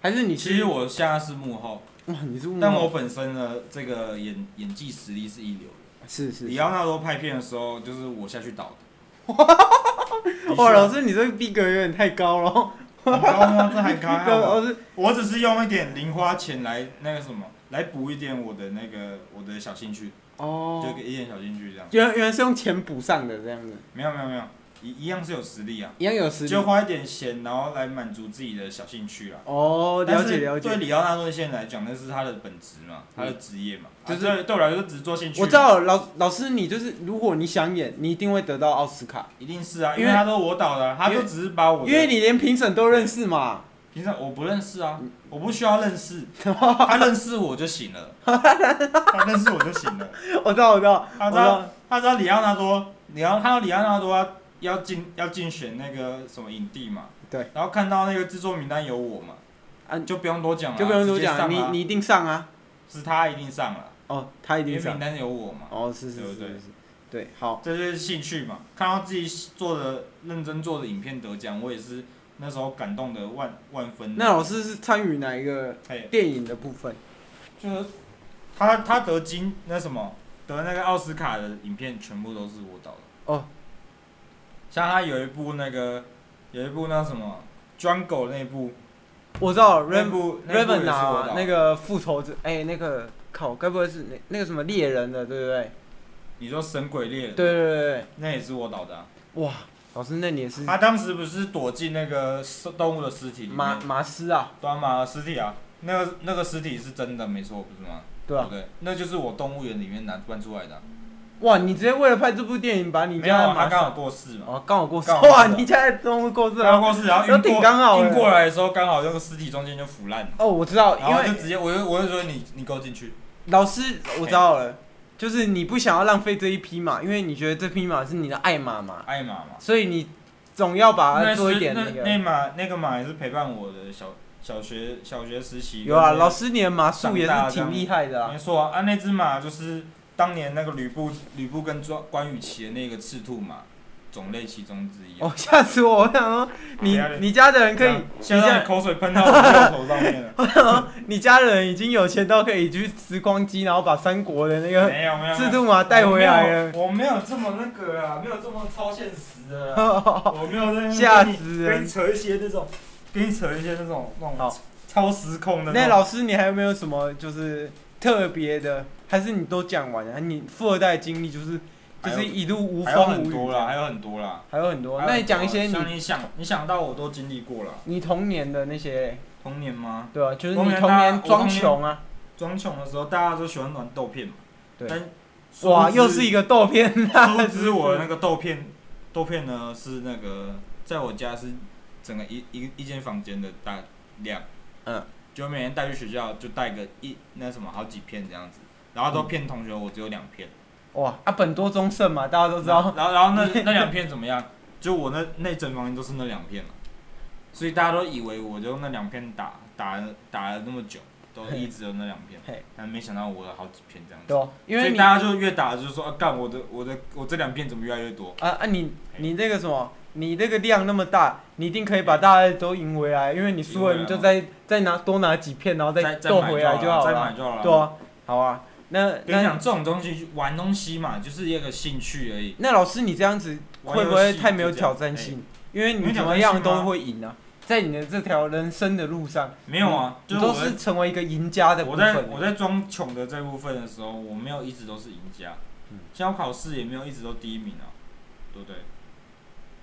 [SPEAKER 1] 还是你是
[SPEAKER 2] 其实我现在是幕后，
[SPEAKER 1] 哇，你是幕后
[SPEAKER 2] 但我本身的这个演演技实力是一流的。
[SPEAKER 1] 是是
[SPEAKER 2] 里
[SPEAKER 1] 是
[SPEAKER 2] 奥纳多拍片的时候，就是我下去导的。 的确
[SPEAKER 1] 哇，老师你这个逼格有点太高了，
[SPEAKER 2] 很高吗？这还 高还好吧
[SPEAKER 1] 老师
[SPEAKER 2] 我只是用一点零花钱来那个什么，来补一点我的那个我的小兴趣，就
[SPEAKER 1] 哦，
[SPEAKER 2] 一点小兴趣这样。
[SPEAKER 1] 原原来是用钱补上的这样子，
[SPEAKER 2] 没有没有没有，一一样是有实力啊，
[SPEAKER 1] 一样有实力
[SPEAKER 2] 就花一点钱，然后来满足自己的小兴趣啊。
[SPEAKER 1] 哦，了
[SPEAKER 2] 但
[SPEAKER 1] 解
[SPEAKER 2] 是
[SPEAKER 1] 了
[SPEAKER 2] 对
[SPEAKER 1] 解，
[SPEAKER 2] 里奥纳多那些人来讲，那是他的本职嘛，他的职业嘛，
[SPEAKER 1] 就是
[SPEAKER 2] 啊对对我来说只是做兴趣。
[SPEAKER 1] 我知，道了老老师你就是如果你想演，你一定会得到奥斯卡，
[SPEAKER 2] 一定是啊，
[SPEAKER 1] 因为
[SPEAKER 2] 因为他都我导的啊，他
[SPEAKER 1] 因
[SPEAKER 2] 就
[SPEAKER 1] 为
[SPEAKER 2] 只是把我的。
[SPEAKER 1] 因为你连评审都认识 嘛，
[SPEAKER 2] 平常我不认识啊，我不需要认识，
[SPEAKER 1] 嗯
[SPEAKER 2] 他认识我就行 了，他认识我就行了。
[SPEAKER 1] 我知道我知道，
[SPEAKER 2] 他
[SPEAKER 1] 我
[SPEAKER 2] 知
[SPEAKER 1] 知
[SPEAKER 2] 道
[SPEAKER 1] 道，
[SPEAKER 2] 他知道里奥纳多，你要看到里奥纳多要要竞要竞选那个什么影帝嘛，
[SPEAKER 1] 对，
[SPEAKER 2] 然后看到那个制作名单有我嘛，
[SPEAKER 1] 啊
[SPEAKER 2] 就不用多讲了，
[SPEAKER 1] 就不用多
[SPEAKER 2] 直接
[SPEAKER 1] 讲，
[SPEAKER 2] 上
[SPEAKER 1] 你
[SPEAKER 2] 啊
[SPEAKER 1] 你一定上啊，
[SPEAKER 2] 是他一定上了，
[SPEAKER 1] 哦，他一
[SPEAKER 2] 因为
[SPEAKER 1] 定
[SPEAKER 2] 名
[SPEAKER 1] 上，
[SPEAKER 2] 单有我嘛，
[SPEAKER 1] 哦，是是
[SPEAKER 2] 对
[SPEAKER 1] 是
[SPEAKER 2] 不对
[SPEAKER 1] 是，是对，好。
[SPEAKER 2] 这就是兴趣嘛。看到自己做的认真做的影片得奖，我也是那时候感动的万万分。
[SPEAKER 1] 那老师是参与哪一个
[SPEAKER 2] 嘿，
[SPEAKER 1] 电影的部分？
[SPEAKER 2] 哎就是他他得金那什么得那个奥斯卡的影片全部都是我导的
[SPEAKER 1] 哦，
[SPEAKER 2] 像他有一部那个有一部那什么。Jungle 那部，
[SPEAKER 1] 我知道
[SPEAKER 2] 那
[SPEAKER 1] Raven
[SPEAKER 2] 部那部也
[SPEAKER 1] Raven
[SPEAKER 2] 是我
[SPEAKER 1] 啊
[SPEAKER 2] 导，
[SPEAKER 1] 那
[SPEAKER 2] 的。
[SPEAKER 1] 个复仇者，哎、那个靠，该不会是那那个什么猎人的，对不对？
[SPEAKER 2] 你说神鬼猎人，
[SPEAKER 1] 对嗯对对
[SPEAKER 2] 那也是我导的啊、
[SPEAKER 1] 对，哇，老师那你也是
[SPEAKER 2] 他当时不是躲进那个动物的尸体里面，
[SPEAKER 1] 马马斯啊，
[SPEAKER 2] 对啊，马的尸体啊，那个那个尸体是真的，没错，不是吗？
[SPEAKER 1] 对啊
[SPEAKER 2] 不，对？那就是我动物园里面拿搬出来的啊、
[SPEAKER 1] 哇，你直接为了拍这部电影把你
[SPEAKER 2] 没有
[SPEAKER 1] 家
[SPEAKER 2] 啊，
[SPEAKER 1] 的
[SPEAKER 2] 他
[SPEAKER 1] 马斯
[SPEAKER 2] 刚好过世嘛，
[SPEAKER 1] 哦刚好过世，
[SPEAKER 2] 刚好
[SPEAKER 1] 哇，
[SPEAKER 2] 过世
[SPEAKER 1] 你家的动物过世
[SPEAKER 2] 刚
[SPEAKER 1] 了
[SPEAKER 2] 好过世，然后
[SPEAKER 1] 那
[SPEAKER 2] 运
[SPEAKER 1] 挺
[SPEAKER 2] 过
[SPEAKER 1] 刚好的
[SPEAKER 2] 运过来的时候，刚好那个尸体中间就腐烂了，
[SPEAKER 1] 哦，我知道，
[SPEAKER 2] 然
[SPEAKER 1] 因
[SPEAKER 2] 后就
[SPEAKER 1] 为
[SPEAKER 2] 直接我就我就说你你给我进去，
[SPEAKER 1] 老师我知道了，就是你不想要浪费这一匹马，因为你觉得这匹马是你的爱马嘛，
[SPEAKER 2] 爱马嘛，
[SPEAKER 1] 所以你总要把它
[SPEAKER 2] 那
[SPEAKER 1] 啊做一
[SPEAKER 2] 时
[SPEAKER 1] 点
[SPEAKER 2] 那
[SPEAKER 1] 那个。
[SPEAKER 2] 那马那个马也是陪伴我的小小学小学时期，
[SPEAKER 1] 有啊，
[SPEAKER 2] 跟那个
[SPEAKER 1] 老师你的马术也是挺厉害的啊。
[SPEAKER 2] 没错啊，啊那只马就是当年那个吕布吕布跟关关羽骑的那个赤兔马，种类其中之一、啊。
[SPEAKER 1] 哦，吓死我！我想说，你
[SPEAKER 2] 等一下
[SPEAKER 1] 你家的人可
[SPEAKER 2] 啊这
[SPEAKER 1] 以
[SPEAKER 2] 样，
[SPEAKER 1] 你
[SPEAKER 2] 现在
[SPEAKER 1] 家
[SPEAKER 2] 口水喷到我的头上 面了。
[SPEAKER 1] 你家的人已经有钱到可以去时光机，然后把三国的那个
[SPEAKER 2] 没有 没有，
[SPEAKER 1] 制度马带回来了。
[SPEAKER 2] 我没有。我没有这么那个啊，没有这么超现实的 啊。我没有在那边
[SPEAKER 1] 吓
[SPEAKER 2] 跟你
[SPEAKER 1] 死人
[SPEAKER 2] 跟你扯一些这种，跟你扯一些这种那
[SPEAKER 1] 好
[SPEAKER 2] 种超失控的
[SPEAKER 1] 那
[SPEAKER 2] 那种。
[SPEAKER 1] 老师，你还有没有什么就是特别的？还是你都讲完了？你富二代经历就是就
[SPEAKER 2] 还有
[SPEAKER 1] 是一路无
[SPEAKER 2] 还有
[SPEAKER 1] 风
[SPEAKER 2] 很
[SPEAKER 1] 无雨
[SPEAKER 2] 多啦，还有很多啦。
[SPEAKER 1] 还有很多。啊那你讲一些
[SPEAKER 2] 像
[SPEAKER 1] 你
[SPEAKER 2] 你想你想到我都经历过了，
[SPEAKER 1] 你童年的那些，
[SPEAKER 2] 童年吗？
[SPEAKER 1] 对吧、就是
[SPEAKER 2] 童
[SPEAKER 1] 你
[SPEAKER 2] 年
[SPEAKER 1] 童
[SPEAKER 2] 大
[SPEAKER 1] 年
[SPEAKER 2] 我
[SPEAKER 1] 装
[SPEAKER 2] 童年
[SPEAKER 1] 穷啊，
[SPEAKER 2] 装穷的时候大家都喜欢玩豆片嘛，
[SPEAKER 1] 对
[SPEAKER 2] 但
[SPEAKER 1] 哇，又是一个豆片啊！
[SPEAKER 2] 殊不知我那个豆片，豆片呢是那个在我家是整个一一一间房间的大量，
[SPEAKER 1] 嗯，
[SPEAKER 2] 就每天带去学校就带个一那什么好几片这样子，然后
[SPEAKER 1] 嗯
[SPEAKER 2] 都骗同学我只有两片，
[SPEAKER 1] 哇，啊，本多忠胜嘛，大家都知
[SPEAKER 2] 然
[SPEAKER 1] 道
[SPEAKER 2] 后然后然后 那那两片怎么样？就我那那整房间都是那两片嘛，所以大家都以为我就用那两片打打了打了那么久，都一直有那两片
[SPEAKER 1] 嘿，
[SPEAKER 2] 但没想到我有好几片这样子
[SPEAKER 1] 对。吧，啊哦因
[SPEAKER 2] 所
[SPEAKER 1] 为
[SPEAKER 2] 以
[SPEAKER 1] 你
[SPEAKER 2] 大家就越打就说啊，干我的我的我这两片怎么越来越多？
[SPEAKER 1] 啊啊你你这个什么，你这个量那么大，你一定可以把大家都赢回来，因为你输了你
[SPEAKER 2] 赢回来嘛
[SPEAKER 1] 就再再拿多拿几片，然后
[SPEAKER 2] 再再
[SPEAKER 1] 斗
[SPEAKER 2] 买
[SPEAKER 1] 回来
[SPEAKER 2] 就
[SPEAKER 1] 好
[SPEAKER 2] 再
[SPEAKER 1] 了
[SPEAKER 2] 买。就好了。
[SPEAKER 1] 对，啊，好啊，那
[SPEAKER 2] 跟你
[SPEAKER 1] 那
[SPEAKER 2] 讲，这种东西玩东西嘛，就是一个兴趣而已。
[SPEAKER 1] 那老师你这样子
[SPEAKER 2] 玩
[SPEAKER 1] 会不会
[SPEAKER 2] 游戏
[SPEAKER 1] 太没有
[SPEAKER 2] 就这样
[SPEAKER 1] 挑战？性
[SPEAKER 2] 哎？
[SPEAKER 1] 因为
[SPEAKER 2] 没
[SPEAKER 1] 你
[SPEAKER 2] 有
[SPEAKER 1] 怎
[SPEAKER 2] 挑
[SPEAKER 1] 么
[SPEAKER 2] 战
[SPEAKER 1] 样
[SPEAKER 2] 性
[SPEAKER 1] 都
[SPEAKER 2] 吗
[SPEAKER 1] 会赢啊，在你的这条人生的路上，
[SPEAKER 2] 没有啊，
[SPEAKER 1] 你
[SPEAKER 2] 就是
[SPEAKER 1] 都
[SPEAKER 2] 我
[SPEAKER 1] 是
[SPEAKER 2] 在
[SPEAKER 1] 成为一个赢家的部
[SPEAKER 2] 我在
[SPEAKER 1] 分。
[SPEAKER 2] 我在装穷的这部分的时候，我没有一直都是赢家
[SPEAKER 1] 嗯。
[SPEAKER 2] 像我考试也没有一直都第一名啊，对不对？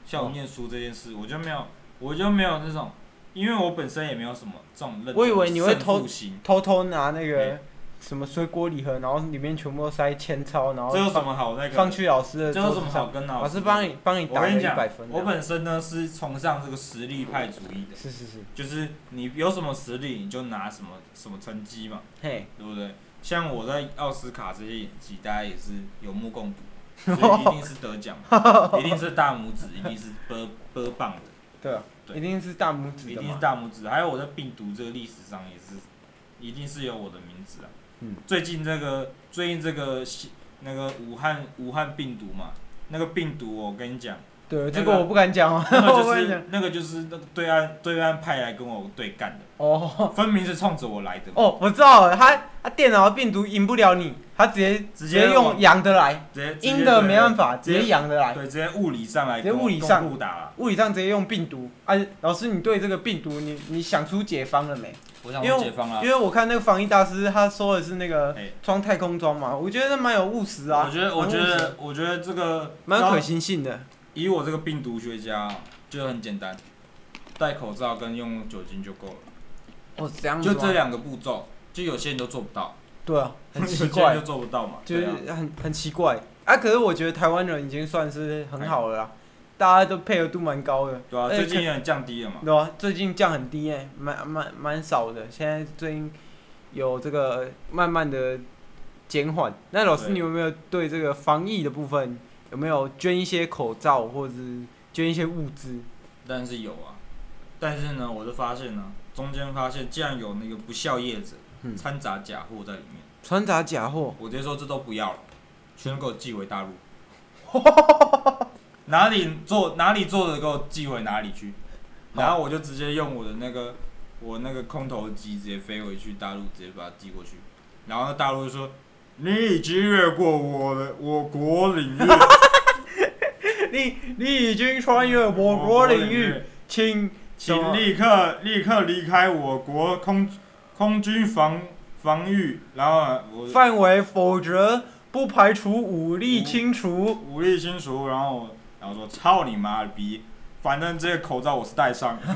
[SPEAKER 2] 像我
[SPEAKER 1] 哦
[SPEAKER 2] 念书这件事，我就没有，我就没有那种，因为我本身也没有什么这种认真
[SPEAKER 1] 我以为你会
[SPEAKER 2] 胜负
[SPEAKER 1] 偷
[SPEAKER 2] 心，
[SPEAKER 1] 偷偷拿那个
[SPEAKER 2] 哎
[SPEAKER 1] 什么水果礼盒，然后里面全部都塞千钞，然后
[SPEAKER 2] 这有什
[SPEAKER 1] 放
[SPEAKER 2] 么好那个？
[SPEAKER 1] 放去老师的
[SPEAKER 2] 这
[SPEAKER 1] 桌
[SPEAKER 2] 有什么
[SPEAKER 1] 子
[SPEAKER 2] 好
[SPEAKER 1] 上，
[SPEAKER 2] 跟老
[SPEAKER 1] 老
[SPEAKER 2] 师
[SPEAKER 1] 师
[SPEAKER 2] 的？
[SPEAKER 1] 帮你帮你
[SPEAKER 2] 我
[SPEAKER 1] 打了
[SPEAKER 2] 跟
[SPEAKER 1] 一
[SPEAKER 2] 你讲
[SPEAKER 1] 百分。
[SPEAKER 2] 我本身呢是崇尚这个实力派主义的，
[SPEAKER 1] 是是是，
[SPEAKER 2] 就是你有什么实力你就拿什么什么成绩嘛，
[SPEAKER 1] 嘿，
[SPEAKER 2] 对不对？像我在奥斯卡这些演技，大家也是有目共 睹，所以一定是得奖，一定是大拇指，一定是波波棒的，
[SPEAKER 1] 对啊，
[SPEAKER 2] 对
[SPEAKER 1] 一定是大拇指
[SPEAKER 2] 一
[SPEAKER 1] 的
[SPEAKER 2] 定是
[SPEAKER 1] 嘛。
[SPEAKER 2] 大拇指。还有我在病毒这个历史上也是，一定是有我的名字啊。
[SPEAKER 1] 嗯
[SPEAKER 2] 最近这个最近这个西那个武汉武汉病毒嘛，那个病毒我跟你 讲，
[SPEAKER 1] 对，这
[SPEAKER 2] 那
[SPEAKER 1] 个
[SPEAKER 2] 个
[SPEAKER 1] 我不敢讲哦，
[SPEAKER 2] 那个
[SPEAKER 1] 我不
[SPEAKER 2] 就
[SPEAKER 1] 敢讲
[SPEAKER 2] 是。那个就是那个对岸对岸派来跟我对干的，
[SPEAKER 1] 哦
[SPEAKER 2] 分明是冲着我来的嘛。
[SPEAKER 1] 哦，我知道了，他他电脑的病毒赢不了你，他直接
[SPEAKER 2] 直接
[SPEAKER 1] 接用
[SPEAKER 2] 往
[SPEAKER 1] 阳的来，
[SPEAKER 2] 直接直接
[SPEAKER 1] 阴的没办法，直
[SPEAKER 2] 直
[SPEAKER 1] 接
[SPEAKER 2] 接
[SPEAKER 1] 阳的来。
[SPEAKER 2] 对，直接物理上来
[SPEAKER 1] 直接
[SPEAKER 2] 跟我
[SPEAKER 1] 物理上
[SPEAKER 2] 跟我互打了。
[SPEAKER 1] 物理上直接用病毒。啊，老师，你对这个病毒，你你想出解方了没？
[SPEAKER 2] 我想
[SPEAKER 1] 因为
[SPEAKER 2] 说
[SPEAKER 1] 我
[SPEAKER 2] 解放啊了
[SPEAKER 1] 因。为我看那个防疫大师，他说的是那个
[SPEAKER 2] 哎
[SPEAKER 1] 装太空装嘛，我觉得蛮有务实
[SPEAKER 2] 我
[SPEAKER 1] 啊，
[SPEAKER 2] 觉得，我觉
[SPEAKER 1] 然后
[SPEAKER 2] 得，我觉得这个
[SPEAKER 1] 蛮有可。行性的。
[SPEAKER 2] 以我这个病毒学家啊，就很简单，戴口罩跟用酒精就够了，
[SPEAKER 1] 哦，这样子
[SPEAKER 2] 就
[SPEAKER 1] 吗
[SPEAKER 2] 这两个步骤，就有些人都做不到，
[SPEAKER 1] 对 啊，很奇
[SPEAKER 2] 有些人
[SPEAKER 1] 怪
[SPEAKER 2] 就，做不到嘛。
[SPEAKER 1] 就
[SPEAKER 2] 对
[SPEAKER 1] 是
[SPEAKER 2] 啊，
[SPEAKER 1] 很很奇怪啊。可是我觉得台湾人已经算是很好了啦，大家都配合度蛮高的，
[SPEAKER 2] 对啊，
[SPEAKER 1] 哎
[SPEAKER 2] 最近也降低了嘛。
[SPEAKER 1] 对啊，最近降很低哎、蛮蛮蛮少的，现在最近有这个慢慢的减缓。那老师，
[SPEAKER 2] 对
[SPEAKER 1] 你有没有对这个防疫的部分有没有捐一些口罩或者是捐一些物资？
[SPEAKER 2] 但是有啊，但是呢，我就发现呢，中间发现竟然有那个不孝业者
[SPEAKER 1] 嗯
[SPEAKER 2] 掺杂假货在里面，
[SPEAKER 1] 穿插假货，
[SPEAKER 2] 我直接说这都不要了，全给我寄回大陆。 哪里做哪里做的给我寄回哪里去，
[SPEAKER 1] 好
[SPEAKER 2] 然后我就直接用我的那个我那个空投机直接飞回去大陆，直接把它寄过去。然后大陆就说你已经越过我的我国领域，
[SPEAKER 1] 你你已经穿越 哦我国领域，，请
[SPEAKER 2] 请立刻立刻离开我国空空军防防御，然后我
[SPEAKER 1] 范围，否则不排除武力清除。
[SPEAKER 2] 武力新熟，然后然后说操你妈的逼，反正这个口罩我是戴上的，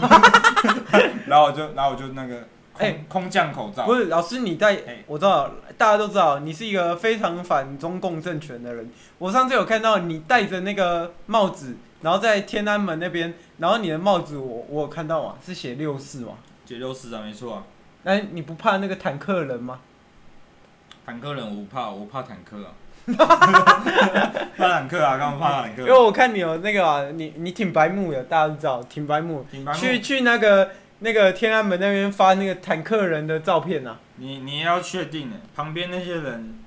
[SPEAKER 2] 然后我就然后我就那个空、
[SPEAKER 1] 哎
[SPEAKER 2] 空降口罩，
[SPEAKER 1] 不是老师，你在
[SPEAKER 2] 哎
[SPEAKER 1] 我知道，大家都知道你是一个非常反中共政权的人。我上次有看到你戴着那个帽子，然后在天安门那边，然后你的帽子我我有看到啊嘛，是写六四嘛？
[SPEAKER 2] 解六师长没错啊，
[SPEAKER 1] 那你不怕那个坦克人吗？
[SPEAKER 2] 坦克人我不怕，我不怕坦克啊， 怕坦克啊，干嘛怕坦
[SPEAKER 1] 因
[SPEAKER 2] 克？
[SPEAKER 1] 为我看你有那个、啊，你你挺白目的，大家都知道挺白目。
[SPEAKER 2] 挺白目
[SPEAKER 1] 去去那个那个天安门那边发那个坦克人的照片啊，
[SPEAKER 2] 你你要确定的，旁边那些人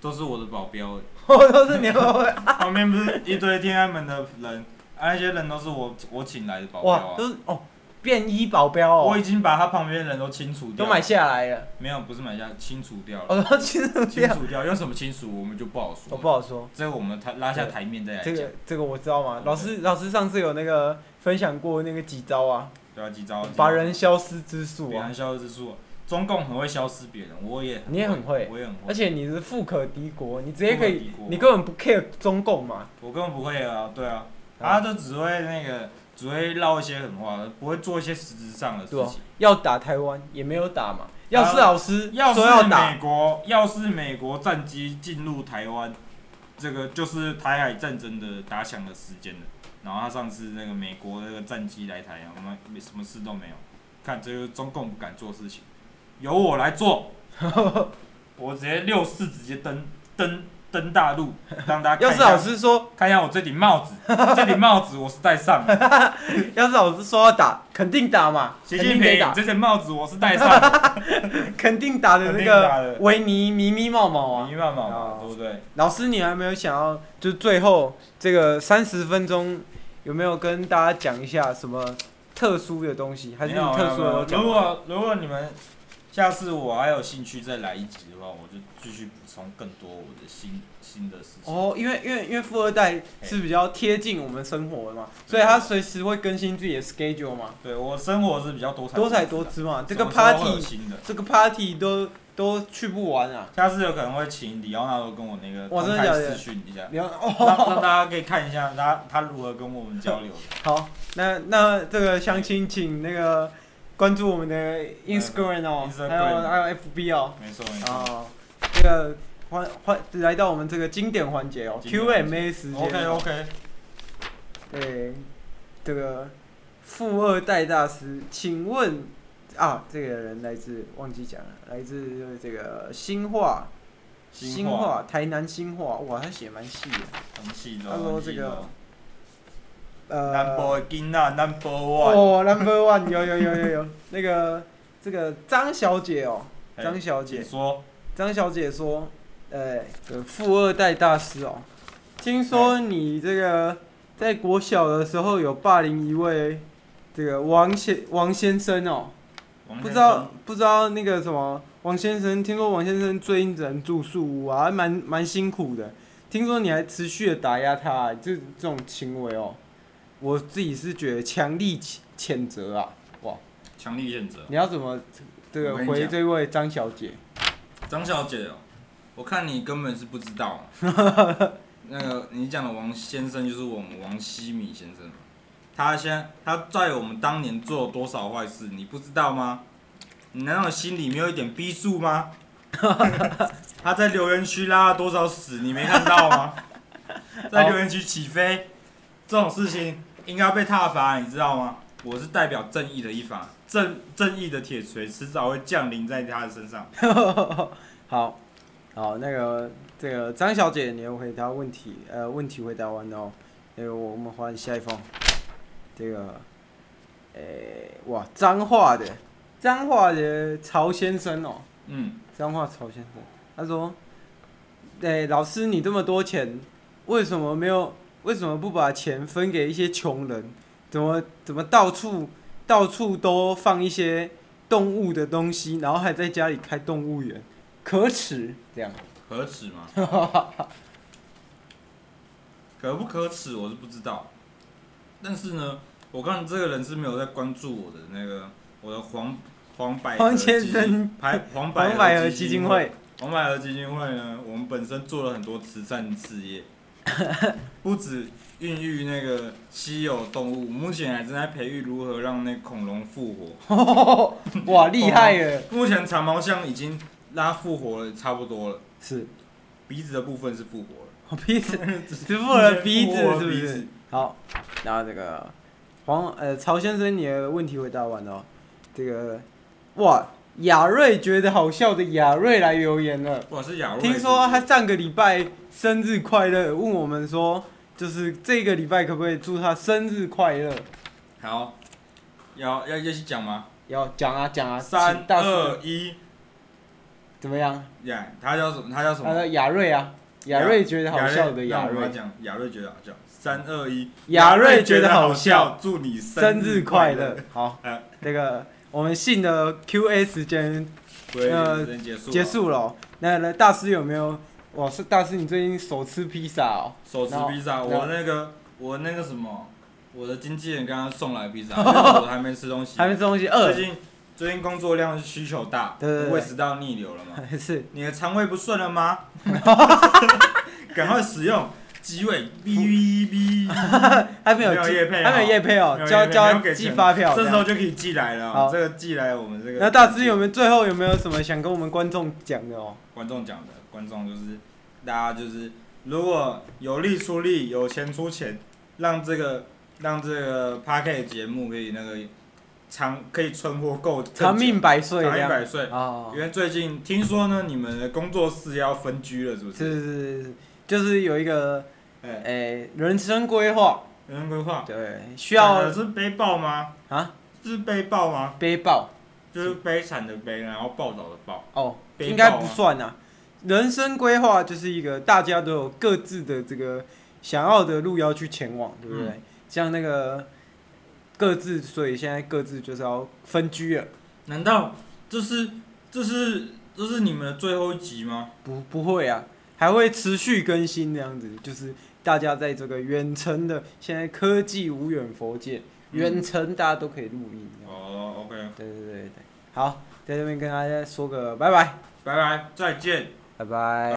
[SPEAKER 2] 都是我的保镖欸，
[SPEAKER 1] 我都是你们
[SPEAKER 2] 旁边不是一堆天安门的人，啊那些人都是我我请来的保镖
[SPEAKER 1] 哇，
[SPEAKER 2] 啊
[SPEAKER 1] 都。是哦便衣保镖
[SPEAKER 2] 我
[SPEAKER 1] 哦，
[SPEAKER 2] 已经把他旁边的人都清除掉
[SPEAKER 1] 都
[SPEAKER 2] 了，
[SPEAKER 1] 买下来了，
[SPEAKER 2] 没有，不是买下，清除掉了。
[SPEAKER 1] 我都哦清楚
[SPEAKER 2] 清
[SPEAKER 1] 掉，
[SPEAKER 2] 除掉，用什么清除我们就不好说。
[SPEAKER 1] 哦我不好说。
[SPEAKER 2] 这个我们台拉下台面再来
[SPEAKER 1] 这
[SPEAKER 2] 讲。
[SPEAKER 1] 个这个我知道嘛，老师老师上次有那个分享过那个几招啊，
[SPEAKER 2] 对啊，几招？
[SPEAKER 1] 把人消失之术
[SPEAKER 2] 别
[SPEAKER 1] 啊
[SPEAKER 2] 人！消失之术，中共很会消失别人，我也
[SPEAKER 1] 你也很会
[SPEAKER 2] 我也很会，
[SPEAKER 1] 而且你是富可敌国，你直接可以
[SPEAKER 2] 富可敌，国啊
[SPEAKER 1] 你根本不 care 中共嘛？
[SPEAKER 2] 我根本不会啊，对啊，
[SPEAKER 1] 啊
[SPEAKER 2] 他都只会那个，只会唠一些狠话，不会做一些实质上的事
[SPEAKER 1] 对啊吧
[SPEAKER 2] 情。？
[SPEAKER 1] 要打台湾也没有打嘛。要是
[SPEAKER 2] 啊
[SPEAKER 1] 老师
[SPEAKER 2] 要
[SPEAKER 1] 说要
[SPEAKER 2] 是美
[SPEAKER 1] 打，
[SPEAKER 2] 国，要是美国战机进入台湾，这个就是台海战争的打响的时间了。然后他上次那个美国那个战机来台，我们没什么事都没有。看，这就是中共不敢做事情，由我 来做，我直接六四直接登登登大陆，让大家
[SPEAKER 1] 要
[SPEAKER 2] 看一
[SPEAKER 1] 是老
[SPEAKER 2] 下
[SPEAKER 1] 师说，
[SPEAKER 2] 看一下我这顶帽 子，这顶帽子我是戴上的。
[SPEAKER 1] 要是老师说要打，肯定打嘛，
[SPEAKER 2] 习
[SPEAKER 1] 肯
[SPEAKER 2] 近
[SPEAKER 1] 定得
[SPEAKER 2] 平
[SPEAKER 1] 打，
[SPEAKER 2] 这顶帽子我是戴上的，
[SPEAKER 1] 肯定打的 那
[SPEAKER 2] 肯定打
[SPEAKER 1] 个
[SPEAKER 2] 的
[SPEAKER 1] 维尼迷迷毛毛啊
[SPEAKER 2] 你。明白
[SPEAKER 1] 啊
[SPEAKER 2] 吗？对不对？
[SPEAKER 1] 老师，你还没有想要，就最后这个三十分钟，有没有跟大家讲一下什么特殊的东西，还是
[SPEAKER 2] 没
[SPEAKER 1] 你
[SPEAKER 2] 有
[SPEAKER 1] 特殊
[SPEAKER 2] 没有没
[SPEAKER 1] 的
[SPEAKER 2] 有
[SPEAKER 1] 都讲
[SPEAKER 2] 如
[SPEAKER 1] 完？
[SPEAKER 2] 果如果你们下次我还有兴趣再来一集的话，我就继续补充更多我的新新的事情。
[SPEAKER 1] 哦，因为因为因为富二代是比较贴近我们生活的嘛，所以他随时会更新自己的 schedule 嘛，
[SPEAKER 2] 对我生活是比较多彩
[SPEAKER 1] 多彩多
[SPEAKER 2] 多姿
[SPEAKER 1] 姿嘛。
[SPEAKER 2] 的，
[SPEAKER 1] 这个
[SPEAKER 2] 嗯什么时候会有
[SPEAKER 1] party
[SPEAKER 2] 新的，
[SPEAKER 1] 这个 party 都都去不完啊！
[SPEAKER 2] 下次有可能会请李奥纳多跟我那个
[SPEAKER 1] 哇
[SPEAKER 2] 公
[SPEAKER 1] 真的
[SPEAKER 2] 开
[SPEAKER 1] 假的
[SPEAKER 2] 私讯一下，
[SPEAKER 1] 你要
[SPEAKER 2] 让
[SPEAKER 1] 哦，
[SPEAKER 2] 让大家可以看一下他他如何跟我们交流。
[SPEAKER 1] 好，那那这个相亲请那个关注我们的 Instagram 哦，
[SPEAKER 2] 嗯 Instagram
[SPEAKER 1] 还有还有 FB 哦。
[SPEAKER 2] 没错没错。
[SPEAKER 1] 哦，这个欢欢来到我们这个经典环节哦
[SPEAKER 2] 经典环
[SPEAKER 1] ，Q&A 时间。哦
[SPEAKER 2] OK 哦 OK，
[SPEAKER 1] 对，这个富二代大师，请问啊，这个人来自忘记讲了，来自这个新化，
[SPEAKER 2] 新化
[SPEAKER 1] 化台南新化，哇，他写蛮细的。
[SPEAKER 2] 很细的。
[SPEAKER 1] 他说
[SPEAKER 2] 很细
[SPEAKER 1] 这个
[SPEAKER 2] 的
[SPEAKER 1] 呃，
[SPEAKER 2] Number 的囡仔 Number One，
[SPEAKER 1] 哦，Number One，有有有有有，那个这个张小姐 哦，
[SPEAKER 2] 哎
[SPEAKER 1] 张小姐
[SPEAKER 2] 你，说
[SPEAKER 1] 张小姐说，呃，这个富二代大师哦，听说
[SPEAKER 2] 哎
[SPEAKER 1] 你这个在国小的时候有霸凌一位这个王先王先生哦，
[SPEAKER 2] 王
[SPEAKER 1] 不
[SPEAKER 2] 先
[SPEAKER 1] 知道
[SPEAKER 2] 生
[SPEAKER 1] 不知道那个什么王先生，听说王先生最近只能住宿屋啊，还蛮蛮辛苦的。听说你还持续的打压他、这这种行为哦，我自己是觉得强力谴谴责啊！
[SPEAKER 2] 强力谴责。
[SPEAKER 1] 你要怎么这个
[SPEAKER 2] 我跟你
[SPEAKER 1] 回
[SPEAKER 2] 讲
[SPEAKER 1] 这位张小姐？
[SPEAKER 2] 张小姐哦，我看你根本是不知道，啊那个你讲的王先生就是我们王希米先生嘛，他现在他在我们当年做了多少坏事，你不知道吗？你难道心里没有一点逼数吗？他在留言区拉了多少屎，你没看到吗？在留言区起飞，这种事情应该被踏伐，你知道吗？我是代表正义的一方，正正义的铁锤迟早会降临在他的身上。
[SPEAKER 1] 好，好，那个这个张小姐，你有回答问题，呃，问题回答完了哦，那个我们换下一封，这个，诶、哇，彰化的，彰化的曹先生哦，
[SPEAKER 2] 嗯，
[SPEAKER 1] 彰化曹先生，他说，诶、老师你这么多钱，为什么没有，为什么不把钱分给一些穷人？怎么怎么到处到处都放一些动物的东西，然后还在家里开动物园，可耻！这样，
[SPEAKER 2] 可耻 吗？可不可耻我是不知道，但是呢，我看这个人是没有在关注我的那个我的黄黄百合
[SPEAKER 1] 黄先
[SPEAKER 2] 基金
[SPEAKER 1] 生
[SPEAKER 2] 排黄
[SPEAKER 1] 黄
[SPEAKER 2] 百
[SPEAKER 1] 百
[SPEAKER 2] 合
[SPEAKER 1] 合
[SPEAKER 2] 基
[SPEAKER 1] 基
[SPEAKER 2] 金
[SPEAKER 1] 金
[SPEAKER 2] 会
[SPEAKER 1] 会，
[SPEAKER 2] 黄百合基金会呢，我们本身做了很多慈善事 业，不止孕育那个稀有动物，目前还正在培育如何让那恐龙复活。
[SPEAKER 1] 哇，厉害了！
[SPEAKER 2] 目前长毛象已经拉复活了差不多了，
[SPEAKER 1] 是，
[SPEAKER 2] 鼻子的部分是复活了。
[SPEAKER 1] 我 鼻 子只付了鼻子，是
[SPEAKER 2] 我的
[SPEAKER 1] 不
[SPEAKER 2] 鼻
[SPEAKER 1] 是
[SPEAKER 2] 子？
[SPEAKER 1] 好，然后这个黄呃曹先生，你的问题回答完了哦，这个哇，雅瑞觉得好笑的雅瑞来留言了。
[SPEAKER 2] 我是雅瑞。
[SPEAKER 1] 听说他上个礼拜生日快乐，问我们说，就是这个礼拜可不可以祝他生日快乐？
[SPEAKER 2] 好，要要要去讲吗？
[SPEAKER 1] 要讲啊讲啊，
[SPEAKER 2] 三
[SPEAKER 1] 请大
[SPEAKER 2] 二
[SPEAKER 1] 师
[SPEAKER 2] 一，
[SPEAKER 1] 怎么样？
[SPEAKER 2] 呀，他叫什么？他叫什
[SPEAKER 1] 他说
[SPEAKER 2] 么？
[SPEAKER 1] 雅瑞啊，雅瑞觉得好笑的
[SPEAKER 2] 雅
[SPEAKER 1] 雅
[SPEAKER 2] 瑞，让我
[SPEAKER 1] 瑞
[SPEAKER 2] 们，讲雅瑞觉得好笑。三二一，
[SPEAKER 1] 雅瑞觉得好
[SPEAKER 2] 笑
[SPEAKER 1] 笑，
[SPEAKER 2] 祝你
[SPEAKER 1] 生日
[SPEAKER 2] 日
[SPEAKER 1] 快
[SPEAKER 2] 乐
[SPEAKER 1] 乐。。好
[SPEAKER 2] 嗯，
[SPEAKER 1] 这个我们信的 Q&A 时间
[SPEAKER 2] 喂，
[SPEAKER 1] 呃
[SPEAKER 2] 时间结束，
[SPEAKER 1] 结，束了哦、那那大师有没有？哇，是大师，你最近手吃披萨哦？
[SPEAKER 2] 手持披萨，
[SPEAKER 1] 然后
[SPEAKER 2] 我那个我那个什么，我的经纪人刚刚送来披 萨，因为我还没吃东西，
[SPEAKER 1] 还没吃东西，饿
[SPEAKER 2] 最近最近工作量需求大，
[SPEAKER 1] 对对对
[SPEAKER 2] 胃食道逆流了吗？
[SPEAKER 1] 还 是
[SPEAKER 2] 你的肠胃不顺 了吗？赶快使用鸡尾哔哔哔，
[SPEAKER 1] 还没有
[SPEAKER 2] 没有
[SPEAKER 1] 寄
[SPEAKER 2] 业配哦
[SPEAKER 1] 还没有叶配哦
[SPEAKER 2] 没有，业
[SPEAKER 1] 交
[SPEAKER 2] 配
[SPEAKER 1] 交
[SPEAKER 2] 没有给
[SPEAKER 1] 寄
[SPEAKER 2] 钱
[SPEAKER 1] 发票这
[SPEAKER 2] 这时候
[SPEAKER 1] 样。
[SPEAKER 2] 就可以寄来了哦
[SPEAKER 1] 好，
[SPEAKER 2] 这个寄来我们这个。
[SPEAKER 1] 那大师有没有最后有没有什么想跟我们观众讲的哦？
[SPEAKER 2] 观众讲的，观众就是大家就是如果有力出力，有钱出钱，让这个让这个 p a r k 节目可以那个长可以存活够更久
[SPEAKER 1] 长命百岁
[SPEAKER 2] 长
[SPEAKER 1] 这
[SPEAKER 2] 一
[SPEAKER 1] 样。
[SPEAKER 2] 百岁。
[SPEAKER 1] 哦
[SPEAKER 2] 因，为最近听说呢，你们的工作室要分居了，是不
[SPEAKER 1] 是
[SPEAKER 2] 是？
[SPEAKER 1] 是是是，就是有一个
[SPEAKER 2] 哎，
[SPEAKER 1] 诶人生规划，
[SPEAKER 2] 人生规划
[SPEAKER 1] 对，需要
[SPEAKER 2] 讲的是背报吗？
[SPEAKER 1] 啊
[SPEAKER 2] 是背报吗？
[SPEAKER 1] 背包
[SPEAKER 2] 就是悲惨的悲，然后报道的报。
[SPEAKER 1] 哦，
[SPEAKER 2] 背包啊
[SPEAKER 1] 应该不算啊。人生规划就是一个大家都有各自的这个想要的路要去前往，对不对？
[SPEAKER 2] 嗯
[SPEAKER 1] 像那个各自，所以现在各自就是要分居了，
[SPEAKER 2] 难道这是这是这是你们的最后一集吗？
[SPEAKER 1] 不不会啊，还会持续更新这样子，就是大家在这个远程的现在科技无远佛界，
[SPEAKER 2] 嗯
[SPEAKER 1] 远程大家都可以录音这样。
[SPEAKER 2] 哦，OK，
[SPEAKER 1] 对对对对，好，在这边跟大家说个拜拜，
[SPEAKER 2] 拜拜，再见。
[SPEAKER 1] 拜拜。